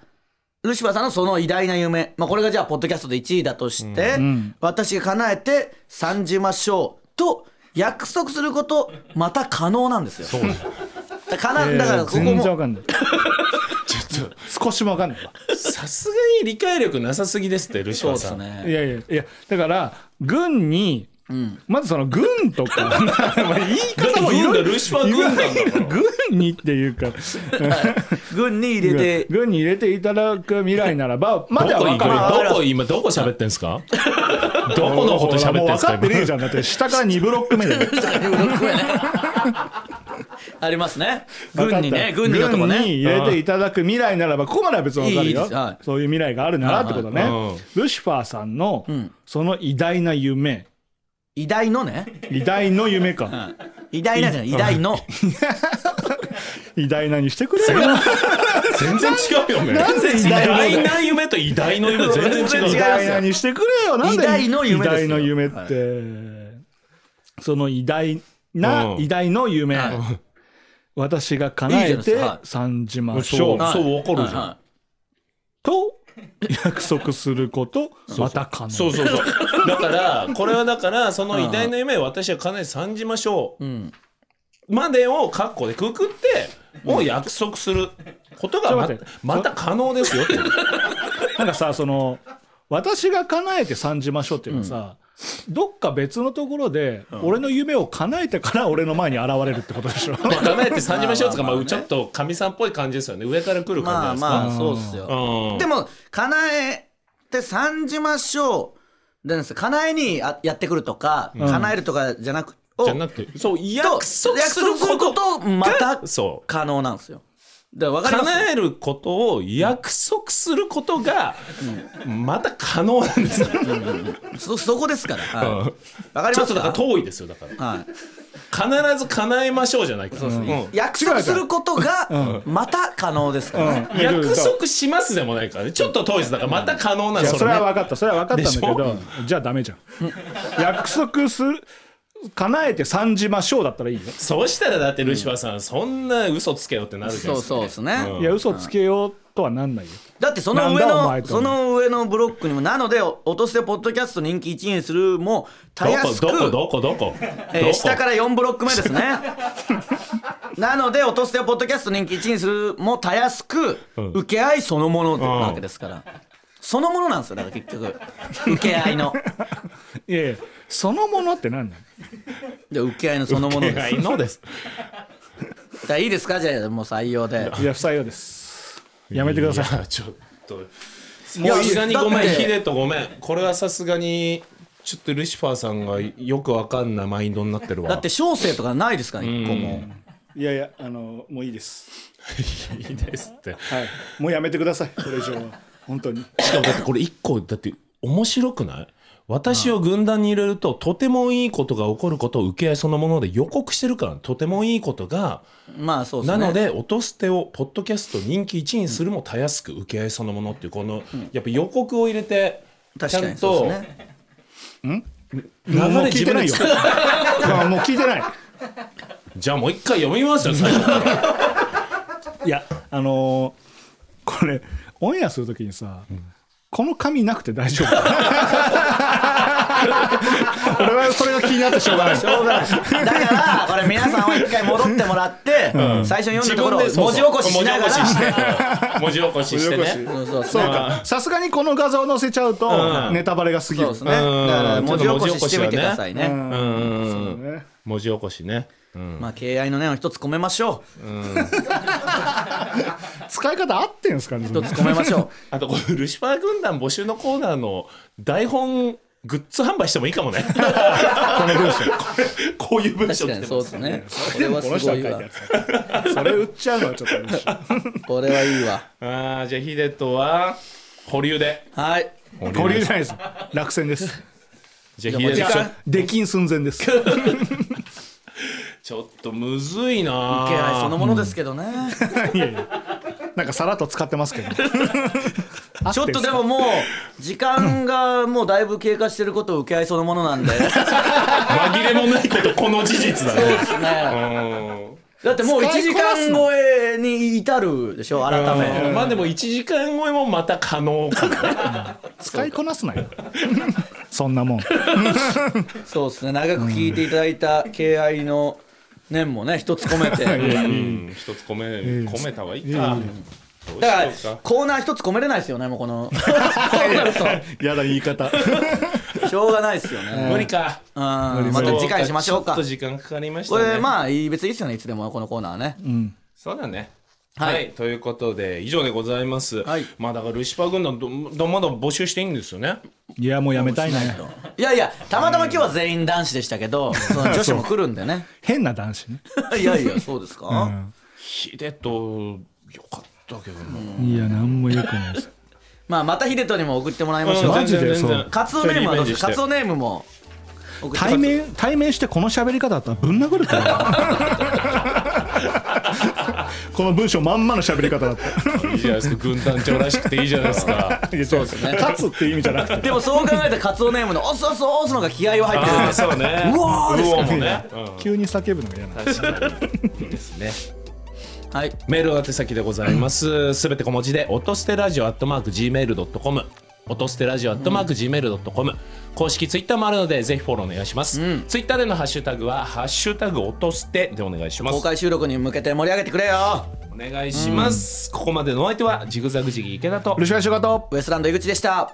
Speaker 3: ルシファーさんのその偉大な夢、まあ、これがじゃあポッドキャストで1位だとして、私が叶えて参じましょうと約束することまた可能なんですよ。
Speaker 1: うだよ
Speaker 3: だからだからここ
Speaker 2: 全然わ
Speaker 3: も
Speaker 2: かんないちょっと少しもわかんないわ
Speaker 1: さすがに理解力なさすぎですってルシフ
Speaker 3: そう
Speaker 1: ァー
Speaker 3: で
Speaker 1: さ
Speaker 3: す
Speaker 1: ん、
Speaker 2: い
Speaker 3: ね。
Speaker 2: やいやいやだから軍に、まずその軍とかまあ言い方もいろい
Speaker 1: だって軍だ
Speaker 2: ろ
Speaker 1: ルシファー軍団だから
Speaker 2: 軍にっていうか
Speaker 3: 軍に入れて
Speaker 2: 軍に入れていただく未来ならばまだ
Speaker 1: どこ
Speaker 2: わ
Speaker 1: 今
Speaker 2: かる
Speaker 1: どこ今どこ喋ってんすかどこのこと喋ってんすか
Speaker 2: もう分かってねえじ
Speaker 1: ゃ
Speaker 2: ゃんだって下から2ブロック目で
Speaker 3: ありますね。軍にね、軍にのとこ
Speaker 2: 軍に
Speaker 3: ね。
Speaker 2: 入れていただく未来ならばここまでは別に分かるよ
Speaker 3: いいですはい
Speaker 2: そういう未来があるならってことね、
Speaker 1: はいはいうん
Speaker 2: ルシファーさんの
Speaker 3: ん
Speaker 2: その偉大な夢
Speaker 3: 偉大のね。
Speaker 2: 偉大の夢か
Speaker 3: 偉大なんじゃない偉大の。
Speaker 2: 偉大なにしてくれよ
Speaker 1: 全然違うよね
Speaker 2: なんで偉
Speaker 1: 偉
Speaker 2: 大
Speaker 1: 大
Speaker 2: な
Speaker 1: な夢と偉大の夢全然違う
Speaker 2: 偉大なにしてくれよなんで
Speaker 3: 偉大の夢ですよ
Speaker 2: 偉大の夢って、その偉大な、
Speaker 1: うん
Speaker 2: 偉大の夢、私が叶え
Speaker 3: いいじゃ
Speaker 2: て
Speaker 3: ないですかはい
Speaker 2: 参じまし
Speaker 1: そ
Speaker 2: ょ
Speaker 1: う
Speaker 2: う
Speaker 1: わ
Speaker 3: はい
Speaker 1: かるじゃん
Speaker 3: はい
Speaker 2: と約束することまた可能
Speaker 1: そうそうそうだからこれはだからその偉大な夢を私はかなり参じましょう、までを括弧でくくってもう約束することがま
Speaker 2: ちょっと待って
Speaker 1: また可能ですよって
Speaker 2: なんかさその私が叶えて参じましょうっていうのはさ、どっか別のところで、俺の夢を叶えてから俺の前に現れるってこと でしょ
Speaker 1: まあ叶えて参じましょうとか、
Speaker 3: ま
Speaker 1: まあ
Speaker 3: あまあね
Speaker 1: ちょっと神さんっぽい感じですよね上から来る
Speaker 3: ま
Speaker 1: 感
Speaker 3: あ
Speaker 1: じじゃ
Speaker 3: ま
Speaker 1: ない
Speaker 3: あ
Speaker 1: ですか、
Speaker 3: そうっすよ、
Speaker 1: うん
Speaker 3: でも叶えて参じましょうなんです叶えにあやってくるとか、叶えるとかじゃなくを
Speaker 1: じゃなくてそう約
Speaker 3: と
Speaker 1: 束する
Speaker 3: 約束する
Speaker 1: こ
Speaker 3: こととまた
Speaker 1: そう
Speaker 3: 可能なんですよだから分かります
Speaker 1: 叶えることを約束することがまた可能なんですよ、
Speaker 3: そそこですから、はい
Speaker 1: うん
Speaker 3: 分かり
Speaker 1: ちょ
Speaker 3: ま
Speaker 1: っと
Speaker 3: す
Speaker 1: だから
Speaker 3: か
Speaker 1: 遠いですよだから
Speaker 3: はい、
Speaker 1: 必ず叶えましょうじゃないから、うん
Speaker 3: 約束することがまた可能ですから、ね
Speaker 1: 約束しますでもないからねちょっと遠いですだからまた可能なん
Speaker 2: い
Speaker 1: で
Speaker 2: や
Speaker 1: す
Speaker 2: それは
Speaker 1: ね
Speaker 2: 分かったそれは分かったんだけどじゃあダメじゃん約束する叶えて参じましょうだったらいいよ、
Speaker 1: そうしたらだってルシファーさん、そんな嘘つけよってなるじゃな
Speaker 3: そう
Speaker 1: いですか
Speaker 3: そうですね、
Speaker 2: いや嘘つけようとはなんないよ
Speaker 3: だってその上
Speaker 2: なんだお前
Speaker 3: の
Speaker 2: と
Speaker 3: その上のブロックにもなのでお落としてポッドキャスト人気1位にするもた
Speaker 1: ど
Speaker 3: や
Speaker 1: こ
Speaker 3: すく
Speaker 1: どこどこどこ、
Speaker 3: えー
Speaker 1: どこ
Speaker 3: 下から4ブロック目ですねなので「落とすてポッドキャスト人気1位にする」もたやすく
Speaker 1: ん
Speaker 3: 受け合いそのものなわけですから、そのものなんですよだから結局受け合いの
Speaker 2: いやいやそのものって何なの
Speaker 3: で受け合いのそのもので す
Speaker 1: いのです
Speaker 3: だからいいですかじゃあもう採用で
Speaker 2: いや不採用ですやめてください
Speaker 1: いやちょっともう
Speaker 3: や
Speaker 1: さすがにご
Speaker 3: だ
Speaker 1: め
Speaker 3: っ
Speaker 1: ん
Speaker 3: て
Speaker 1: ヒデとごめんこれはさすがにちょっとルシファーさんがよくわかんないマインドになってるわ
Speaker 3: だって小生とかないですから1個も
Speaker 2: いやいやあのもういいです
Speaker 1: いいですって
Speaker 2: はいもうやめてくださいこれ以上は本当に
Speaker 1: しかもだってこれ一個だって面白くない私を軍団に入れるととてもいいことが起こることを受け合いそのもので予告してるからとてもいいことが
Speaker 3: まあそうです
Speaker 1: な
Speaker 3: ね
Speaker 1: ので「音捨て」をポッドキャスト人気1位にするもたやすく受け合いそのものっていうこのやっぱ予告を入れてちゃ
Speaker 3: 確か
Speaker 1: ん
Speaker 3: にそう
Speaker 1: と
Speaker 3: ですね
Speaker 1: 流
Speaker 2: もう
Speaker 1: れ
Speaker 2: 聞い
Speaker 1: 自
Speaker 2: て
Speaker 1: 分
Speaker 2: な
Speaker 1: で
Speaker 2: いよ
Speaker 1: 作る
Speaker 2: あもう聞いてない
Speaker 1: じゃあもう一回読みますよ最初から
Speaker 2: いやあのーこれオンエアするときにさ、この紙なくて大丈夫俺はそれが気になってしょうがない
Speaker 3: しょうがないだからこれ皆さんは一回戻ってもらって、最初に読んだところを
Speaker 1: 自分
Speaker 3: 文字
Speaker 1: で
Speaker 3: 起こししながら
Speaker 1: そうそう文字起こしして文字起こししてね
Speaker 3: そうそう
Speaker 2: そうかさすがにこの画像載せちゃうと
Speaker 1: うん
Speaker 2: ネタバレが過ぎ
Speaker 3: そう
Speaker 2: る、
Speaker 3: ですねだから文字起こししてみてくださいね、
Speaker 1: うんうんうん
Speaker 2: ね
Speaker 1: 文字起こしね
Speaker 3: まあ敬愛の念を一つ込めましょ
Speaker 2: 使い方合ってんですかね
Speaker 3: う一つ込めまし ょ
Speaker 1: あとこれルシファー軍団募集のコーナーの台本グッズ販売してもいいかもねこの文章これ こういう
Speaker 3: う
Speaker 1: 文章来て
Speaker 3: 確かに
Speaker 1: ます
Speaker 3: そうですねこ
Speaker 2: で
Speaker 3: れ
Speaker 2: も
Speaker 3: は
Speaker 2: この
Speaker 3: す
Speaker 2: 人
Speaker 3: ご
Speaker 2: が書
Speaker 3: い
Speaker 2: いた
Speaker 3: わ
Speaker 2: やつそれ売っちゃうのはちょっとあれで しょ
Speaker 3: これはいいわ
Speaker 1: ああじゃあヒデトは保留で
Speaker 3: はい
Speaker 2: 保留じゃないです落選です
Speaker 1: じゃあヒデ
Speaker 3: じ
Speaker 1: ト
Speaker 3: ゃあ
Speaker 1: ち
Speaker 3: も
Speaker 1: ょ
Speaker 3: う時間
Speaker 2: 出禁寸前 です
Speaker 1: ちょっとむずいな
Speaker 3: 敬愛そのものですけどね
Speaker 2: いやいやなんかさらっと使ってますけ ど
Speaker 3: ちょっとでももう時間がもうだいぶ経過してることを受け合いそのもの なんでそう
Speaker 1: 紛れもないことこの事実だね
Speaker 3: ですね
Speaker 1: うん
Speaker 3: だってもう1
Speaker 2: 使い
Speaker 3: 時
Speaker 2: こな
Speaker 3: 間
Speaker 2: すの
Speaker 3: 超えに至るでしょ改め
Speaker 1: まあでも1時間超えもまた可能かな
Speaker 2: 使いこなすなよそんなもん
Speaker 3: そうですね長く聞いていただいた敬愛の念もね一つ込めて
Speaker 1: うん一つ込め込めた方がいいかどうし
Speaker 3: だから
Speaker 1: ようか
Speaker 3: コーナー一つ込めれないですよねもうこのこうなる
Speaker 2: やだ言い方
Speaker 3: としょうがないですよね
Speaker 1: 無理か
Speaker 3: うんまた次回しましょう
Speaker 1: ち
Speaker 3: か
Speaker 1: ょっと時間かかりまし
Speaker 3: こ
Speaker 1: たね
Speaker 3: れまあいい別にいいですよねいつでもこのコーナーね
Speaker 1: そうだね。
Speaker 3: は
Speaker 1: はいい、ということで以上でございます。
Speaker 3: はい
Speaker 1: まあだからルシファー軍団どどまだ募集していいんですよね。
Speaker 2: いやもうやめたいね
Speaker 3: いやいやたまたま今日は全員男子でしたけどその女子も来るんでね
Speaker 2: 変な男子ね
Speaker 3: いやいやそうですか
Speaker 1: ヒデとよかったけどな。
Speaker 2: いや何もよくないです
Speaker 3: まあまたヒデトにも送ってもらいましょ
Speaker 2: マ
Speaker 3: う
Speaker 2: ジで
Speaker 1: 全然全然
Speaker 2: そう
Speaker 3: カツオネームはどうですかカツオ
Speaker 1: リベンジして
Speaker 3: ネームも送って
Speaker 2: 対面対面してこの喋り方だったらぶん殴るから この文章まんまの喋り方 だった
Speaker 1: いいじゃないですか。軍団長らしくていいじゃないです か。
Speaker 2: いやそうですね勝つっていう意味じゃなくて
Speaker 3: でもそう考えたらカツオネームの「オスオスオス」のが気合は入ってるん
Speaker 1: あ
Speaker 3: で
Speaker 1: あ
Speaker 3: す
Speaker 1: そうね。
Speaker 3: うわーですか
Speaker 1: うおもね。うん
Speaker 2: 急に叫ぶのが嫌な
Speaker 1: 確かにいいですね。
Speaker 3: はい
Speaker 1: メールの宛先でございます。すべて小文字で、音捨てラジオアットマーク Gmail.com。音捨てラジオアットマーク Gmail.com。公式ツイッターもあるので、ぜひフォローお願いします。ツイッターでのハッシュタグは、ハッシュタグ音捨てでお願いします
Speaker 3: 公。開収録に向けて盛り上げてくれよ
Speaker 1: お願いします。ここまでのお相手は、ジグザグジギー池田と
Speaker 2: ル、シファー仕事
Speaker 3: ウエストランド井口でした